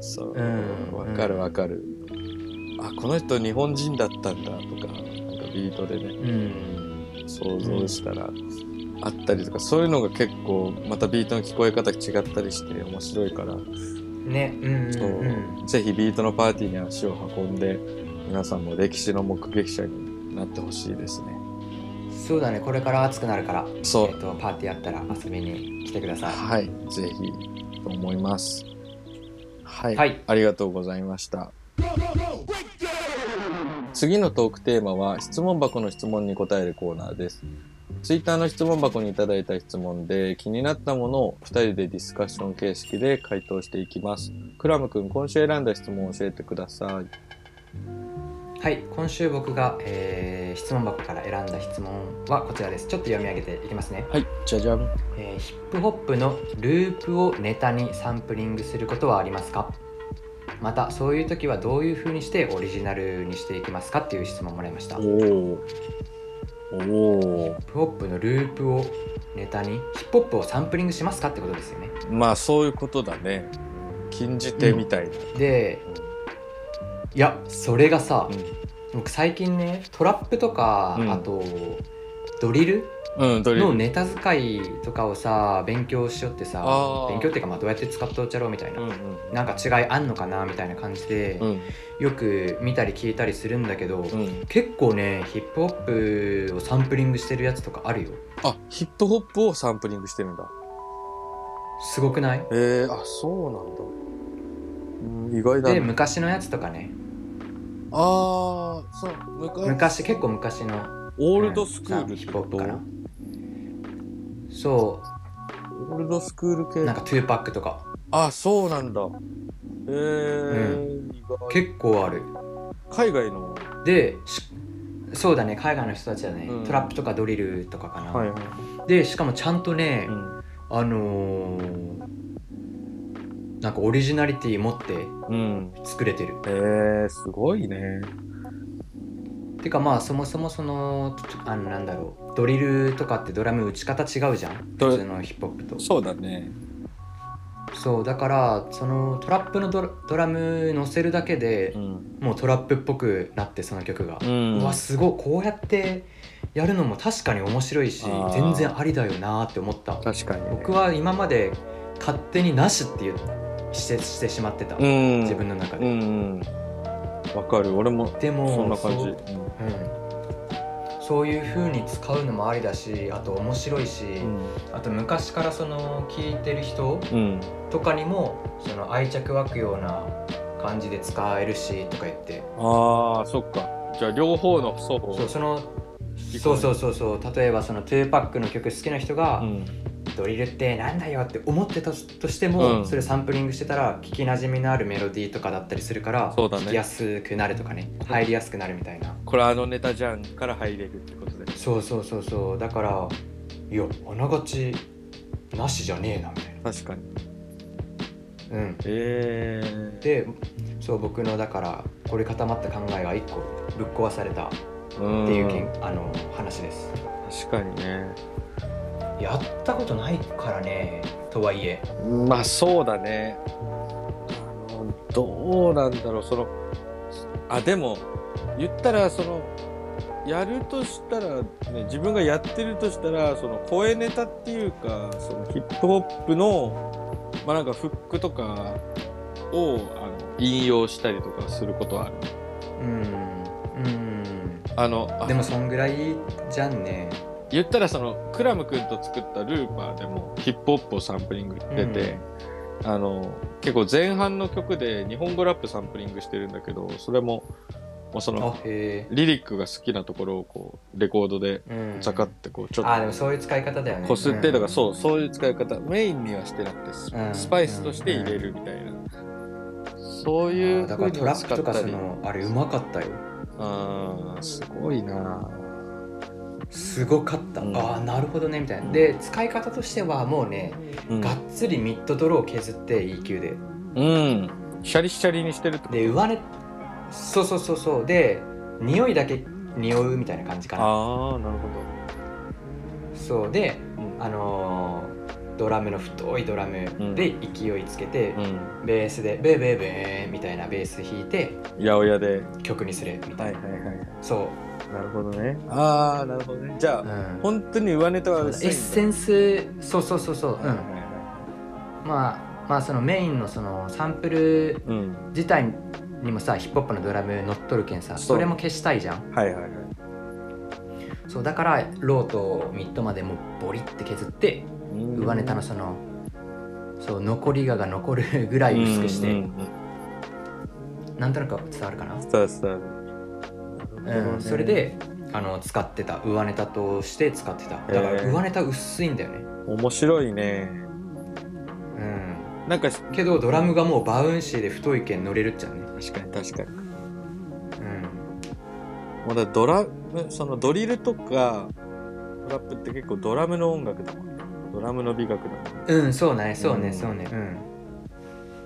A: そう
B: うん
A: わ、かるわかる、あこの人日本人だったんだとかなんかビートでね
B: うん
A: 想像したらあったりとか、そういうのが結構またビートの聞こえ方違ったりして面白いから、
B: ねうんうん
A: そう
B: うん
A: ぜひビートのパーティーに足を運んで皆さんも歴史の目撃者になってほしいですね
B: そうだねこれから暑くなるから
A: そう
B: えっと、パーティーあったら遊びに来てください
A: はいぜひと思いますはい、
B: はい
A: ありがとうございました次のトークテーマは質問箱の質問に答えるコーナーです。ツイッターの質問箱にいただいた質問で気になったものを2人でディスカッション形式で回答していきます。クラム君、今週選んだ質問を教えてください。
B: はい、今週僕が、えー質問箱から選んだ質問はこちらです。ちょっと読み上げていきますね、
A: はい、じゃじゃん。
B: えーヒップホップのループをネタにサンプリングすることはありますかまた、そういう時はどういう風にしてオリジナルにしていきますかっていう質問をもらいました。ヒッ
A: おお。おお。
B: プホップのループをネタに、ヒップホップをサンプリングしますかってことですよね。
A: まあそういうことだね。禁じ手みたいな。
B: で、いや、それがさ、僕最近ね、トラップとか、
A: うん
B: あと、ドリル
A: うん、うん、とりあえ
B: の
A: ず。
B: ネタ使いとかをさ勉強しよってさ
A: あー
B: 勉強っていうかまあどうやって使っておっちゃろうみたいな、
A: うん
B: なんか違いあんのかなみたいな感じで、
A: うん。
B: よく見たり聞いたりするんだけど、
A: うん。うん。
B: 結構ねヒップホップをサンプリングしてるやつとかあるよ
A: あ、ヒップホップをサンプリングしてるんだ。
B: すごくない
A: えー、あそうなんだ、うん、意外だ
B: で
A: ね
B: 昔のやつとかね
A: ああそう昔
B: 昔結構昔の
A: オールドスクール
B: うん
A: って
B: ヒッ
A: こと
B: プホップかなそ
A: オールドスクール系
B: うなんか2パックとか
A: あそうなんだえー意外
B: 結構ある
A: 海外の
B: でしそうだね海外の人たちだね、
A: うん
B: トラップとかドリルとかかな、
A: はいはい、
B: でしかもちゃんとね、
A: うん
B: あのー、なんかオリジナリティ持って
A: うん、
B: 作れてる
A: えー、すごいね
B: てかまあそもそもそのあのなんだろうドリルとかってドラム打ち方違うじゃん
A: ド
B: 普
A: リ
B: 通のヒップホップと
A: そうだね
B: そうだからそのトラップのドラドラム乗せるだけで
A: う、ん、
B: もうトラップっぽくなってその曲が
A: う、ん、
B: わすごいこうやってやるのも確かに面白いし
A: あー
B: 全然ありだよなーって思った
A: 確かに、ね、
B: 僕は今まで勝手になしっていうしてしてしまってた、
A: うん
B: 自分の中
A: う
B: で、
A: んうんわかる俺も
B: でも
A: そんな感じ
B: そう,、うんそういう風に使うのもありだしあと面白いし、
A: うん
B: あと昔からその聞いてる人
A: うん
B: とかにもその愛着湧くような感じで使えるしとか言って
A: ああそっかじゃあ両方の層を
B: そうその
A: き込む
B: そうそうそうそう例えばその2パックの曲好きな人が、
A: うん
B: ドリルってなんだよって思ってたとして
A: う
B: も、
A: ん
B: それサンプリングしてたら聞きなじみのあるメロディーとかだったりするから
A: そうだね
B: 聞きやすくなるとかね入りやすくなるみたいな
A: これあのネタじゃんから入れるってことで
B: そうそうそうそうだからいやあながちなしじゃねえなみたい
A: 確かに
B: なうん
A: えー、
B: でそう僕のだから凝り固まった考えが一個ぶっ壊されたっ
A: うん
B: ていうけん、あの話です
A: 確かにね
B: やったことないからねとはいえ
A: まあそうだねあのどうなんだろうそのあでも言ったらそのやるとしたら、ね、自分がやってるとしたらその声ネタっていうかそのヒップホップの、まあ、なんかフックとかをあの引用したりとかすることはある
B: うんうん
A: あのあ
B: でもそんぐらいじゃんね
A: 言ったらそのクラム君と作ったルーパーでもヒップホップをサンプリングしてて、あの結構前半の曲で日本語ラップサンプリングしてるんだけどそれももうその
B: あへ
A: リリックが好きなところをこうレコードで
B: えうん
A: ザカってこうちょっ
B: あでも
A: と
B: そういう使い方だよね
A: こすってとかそううそういう使い方メインにはしてなくてス
B: うん
A: スパイスとして入れるみたいなそうい
B: ん
A: う
B: だ
A: ふ
B: か
A: う
B: ら
A: に
B: ト
A: は
B: ラッ
A: 使
B: プ
A: っ
B: とか
A: た
B: そ
A: り
B: のあれうまかったよ
A: あーすごいな
B: すごかった、
A: うん
B: ああなるほどねみたいなで使い方としてはもうね、
A: うん
B: がっつりミッドドローを削って E 級で
A: うんシャリシャリにしてるってこと
B: で上根そうそうそうそうで匂いだけ匂うみたいな感じかな
A: ああなるほ
B: そうで
A: どうん
B: あのードラムの太いドラムで勢いつけて、
A: う
B: ベースでベーベーベーみたいなベース弾いて
A: ん八百屋で
B: 曲にするみたいな、
A: はいはい
B: そ
A: なるほどねああなるほどねじゃあ、
B: う、うん、
A: 本当に上ネタは
B: エ
A: 薄い
B: ッ
A: んだ
B: センスそうそうそうそう、うん
A: はいは
B: まあまあそのメインのそのサンプル
A: いはいうん
B: 自体にもさヒップホップのドラム乗っとるけんさ
A: そう
B: それも消したいじゃん
A: はいはいはい
B: そうだからローとミッドまでもうボリって削って上ネタのそのそう残りがが残るぐらい薄くして、
A: うんうんうん
B: なんとなく伝わるかな、
A: 伝わる伝わる
B: うん、それであの使ってた上ネタとして使ってただから
A: へー
B: 上ネタ薄いんだよね、
A: 面白いねなんか確
B: うんけどドラムがもうバウンシーで太いけん乗れるっちゃうね
A: かに確かに
B: うん
A: もうだからドラムそのドリルとかトラップって結構ドラムの音楽だもんねドラムの美学だもんね
B: うんそうねそうね、
A: うん
B: そうねうん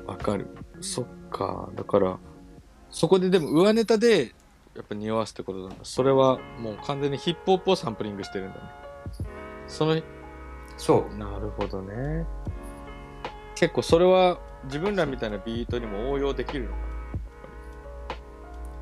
A: わかるそっかだからそこででも上ネタでやっぱ匂わすってことなんだそれはもう完全にヒップホップをサンプリングしてるんだねその
B: そう
A: なるほどね結構それは自分らみたいなビートにも応用できるのか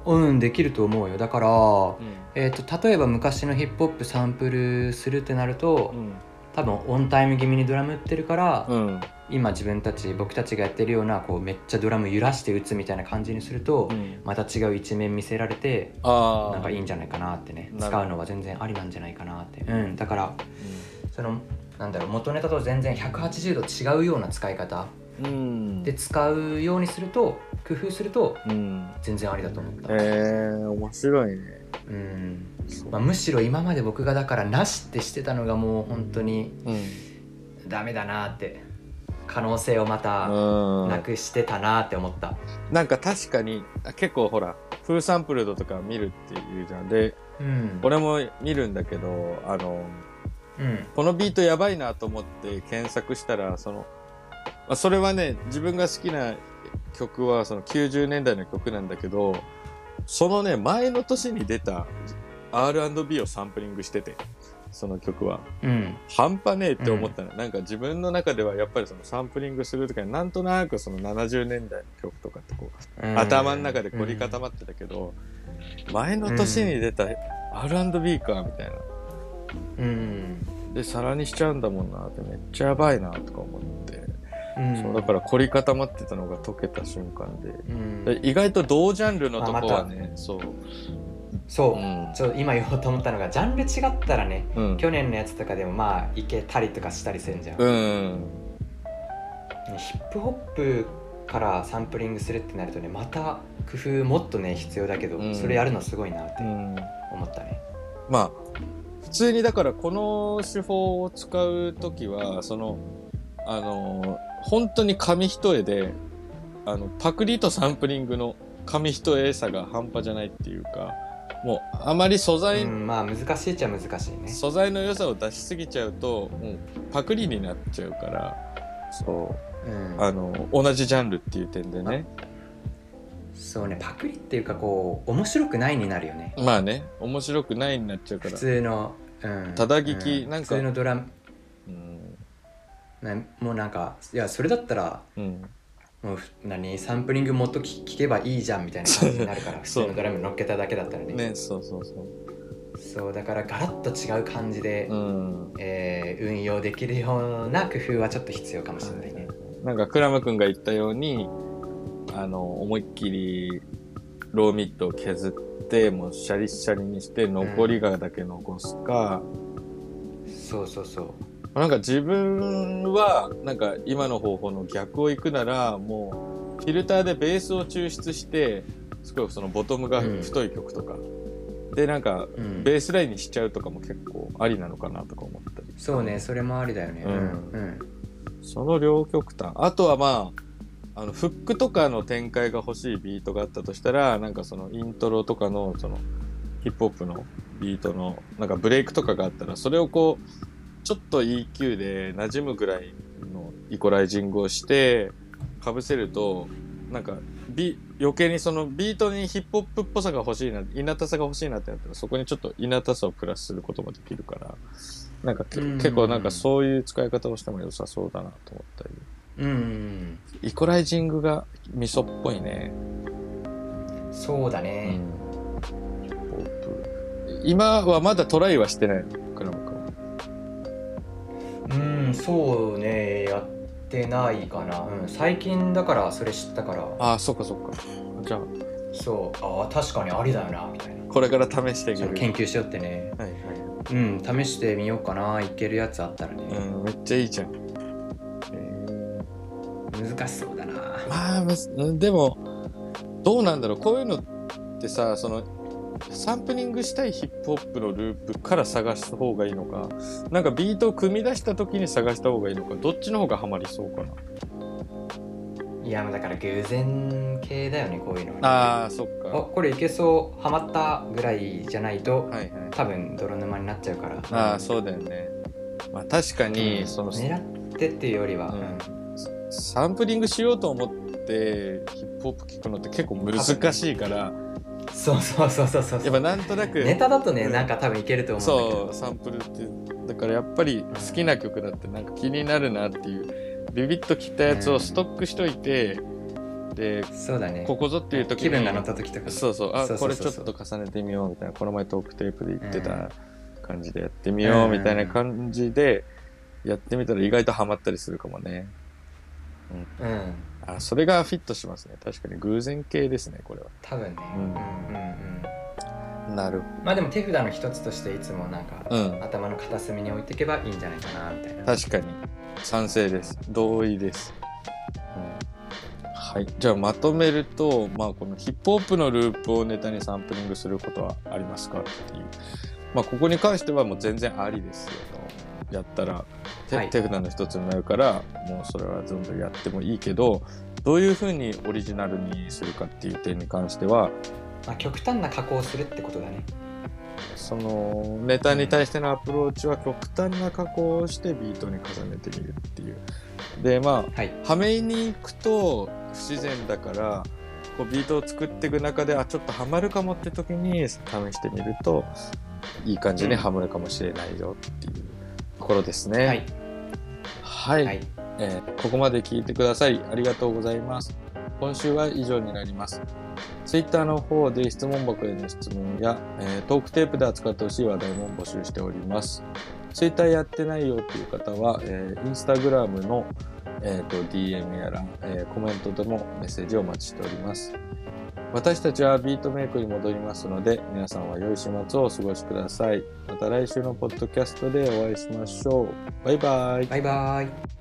B: うんできると思うよだから、
A: な
B: えー、と例えば昔のヒップホップサンプルするってなると、
A: うん
B: 多分オンタイム気味にドラム打ってるから、
A: うん
B: 今自分たち僕たちがやってるようなこうめっちゃドラム揺らして打つみたいな感じにすると、
A: うん
B: また違う一面見せられて
A: ああ
B: なんかいいんじゃないかなってね
A: なるほど
B: 使うのは全然ありなんじゃないかなって、うん、だからそのなんだろう元ネタと全然180度違うような使い方
A: うん
B: で使うようにすると工夫すると
A: うん
B: 全然ありだと思っ
A: へ
B: た。
A: え面白いね
B: うんまあ、むしろ今まで僕がだからなしってしてたのがもう本当に
A: うん
B: ダメだなって可能性をまた
A: うん
B: なくしてたなって思った、
A: なんか確かにあ結構ほらフルサンプルドとか見るっていうじゃんで
B: うん
A: 俺も見るんだけどあの
B: うん
A: このビートやばいなと思って検索したらその、まあ、それはね自分が好きな曲はその90年代の曲なんだけどそのね前の年に出た R&B をサンプリングしててその曲は
B: うん
A: 半端ねえって思ったの、なんか自分の中ではやっぱりそのサンプリングするとかになんとなくその70年代の曲とかってこう
B: うん
A: 頭の中で凝り固まってたけど、前の年に出た R&B かみたいな
B: うん、
A: で皿にしちゃうんだもんなってめっちゃやばいなとか思って、
B: うん
A: そうだから凝り固まってたのが解けた瞬間で
B: うん
A: で意外と同ジャンルのとこは
B: あ
A: ね、そう、
B: そう、
A: うん
B: ちょ今言おうと思ったのがジャンル違ったらね
A: うん
B: 去年のやつとかでもまあいけたりとかしたりするじゃん、
A: うん
B: ヒップホップからサンプリングするってなるとねまた工夫もっとね必要だけど、
A: うん
B: それやるのすごいなっ
A: う
B: て
A: ん
B: 思ったね、
A: まあ普通にだからこの手法を使う時はそのあの本当に紙一重であのパクリとサンプリングの紙一重さが半端じゃないっていうかもうあまり素材
B: うん、まあ難しいっちゃ難しいね
A: 素材の良さを出しすぎちゃうともうパクリになっちゃうからそう
B: うん
A: あの同じジャンルっていう点でね
B: そうねパクリっていうかこう面白くないになるよね
A: まあね面白くないになっちゃうか
B: 普
A: ら
B: 通の、うん、
A: ただ聞き
B: う
A: なんか
B: 普通のドラム
A: うん、
B: なもうなんかいやそれだったら
A: うん、
B: もうふ何サンプリングもっと聞聞けばいいじゃんみたいな感じになるから 普
A: そう
B: 通のドラム乗っけただけだったらね
A: ねそうそうそう
B: そうだからガラッと違う感じで、
A: うん
B: えー運用できるような工夫はちょっと必要かもしれないね、
A: なんかクラム君が言ったようにあの思いっきりローミッドを削ってもうシャリシャリにして残りがだけ残すか、
B: そうそうそう
A: なんか自分はなんか今の方法の逆を行くならもうフィルターでベースを抽出してすごいそのボトムが太い曲とか、でなんか
B: うん
A: ベースラインにしちゃうとかも結構ありなのかなとか思ったり
B: そうねそれもありだよね
A: う
B: うんん
A: その両極端あとはまああのフックとかの展開が欲しいビートがあったとしたらなんかそのイントロとかのそのヒップホップのビートのなんかブレイクとかがあったらそれをこうちょっと EQ で馴染むぐらいのイコライジングをしてかぶせるとなんかビ余計にそのビートにヒップホップっぽさが欲しいな稲田さが欲しいなってなったらそこにちょっと稲田さをプラスすることもできるからなんかけ
B: うん
A: 結構なんかそういう使い方をしても良さそうだなと思ったり
B: うん、うん
A: イコライジングが味噌っぽいね、
B: うん、そうだ
A: う
B: ね、
A: ヒップホップ今はまだトライはしてないのクラム君は
B: うん、そうねやってないかな、うん、最近だからそれ知ったから
A: ああそっかそっかじゃあ
B: そうああ確かにありだよなみたいな
A: これから試していけ
B: そ
A: る
B: う研究しようってね
A: はいはい
B: うん試してみようかないけるやつあったらね、
A: うん、めっちゃいいじゃん。え
B: 難しそうだな
A: ー、まあむず、うんでも、どうなんだろう。こういうのってさ、その、サンプリングしたいヒップホップのループから探す方がいいのか、なんかビートを組み出した時に探した方がいいのか、どっちの方がハマりそうかな。
B: いやだから偶然系だよねこういうのはね
A: ああ、そっか。
B: おこれいけそうハマったぐらいじゃないと、
A: はいはい。
B: 多分泥沼になっちゃうから
A: ああ、そうだよね。まあ確かに、
B: うん
A: その、
B: 狙ってっていうよりは、
A: う
B: うんん
A: サンプリングしようと思って、ヒップホップ聞くのって結構難しいから、
B: そうそうそうそうそう
A: やっぱなんとなく、
B: ネタだとね、
A: うん
B: なんか多分いけると思うんだけ
A: そ
B: ど
A: うサンプルってだからやっぱり好きな曲だってなんか気になるなっていうビビッときたやつをストックしといて、で
B: そうだね
A: ここぞっていう時に
B: 気分が乗った時とか
A: そうそうあ
B: そう
A: こ
B: そう
A: れ
B: そ
A: ちょ
B: う
A: っ
B: そう
A: と重ねてみようみたいなこの前トークテープで言ってた感じでやってみようみたいな感じでやってみたら意外とハマったりするかもね
B: うん
A: あそれがフィットしますね確かに偶然系ですねこれは
B: 多分ね、
A: う
B: うんん、うんうん
A: なる
B: まあでも手札の一つとしていつもなんか、
A: うん
B: 頭の片隅に置いていけばいいんじゃないかなみたいな
A: 確かに賛成です同意です、うんはいじゃあまとめると、まあ、このヒップホップのループをネタにサンプリングすることはありますかっていう、まあ、ここに関してはもう全然ありですよとやったら手,、
B: はい
A: 手札の一つになるからもうそれは全部やってもいいけどどういうふうにオリジナルにするかっていう点に関しては
B: まあ、極端な加工をするってことだね
A: そのネタに対してのアプローチは極端な加工をしてビートに重ねてみるっていう。でまあ
B: はい
A: はめに行くと不自然だからこうビートを作っていく中であちょっとハマるかもって時に試してみるといい感じにハマるかもしれないよっていうところですね。
B: はい
A: はい、
B: はい
A: えーここまで聞いてくださりありがとうございます。今週は以上になります。Twitter の方で質問箱への質問や、えートークテープで扱ってほしい話題も募集しております。Twitter やってないよっていう方は、えー Instagram の、えーと DM やら、えーコメントでもメッセージをお待ちしております。私たちはビートメイクに戻りますので、皆さんは良い週末をお過ごしください。また来週のポッドキャストでお会いしましょう。バイバイ。
B: バイバイ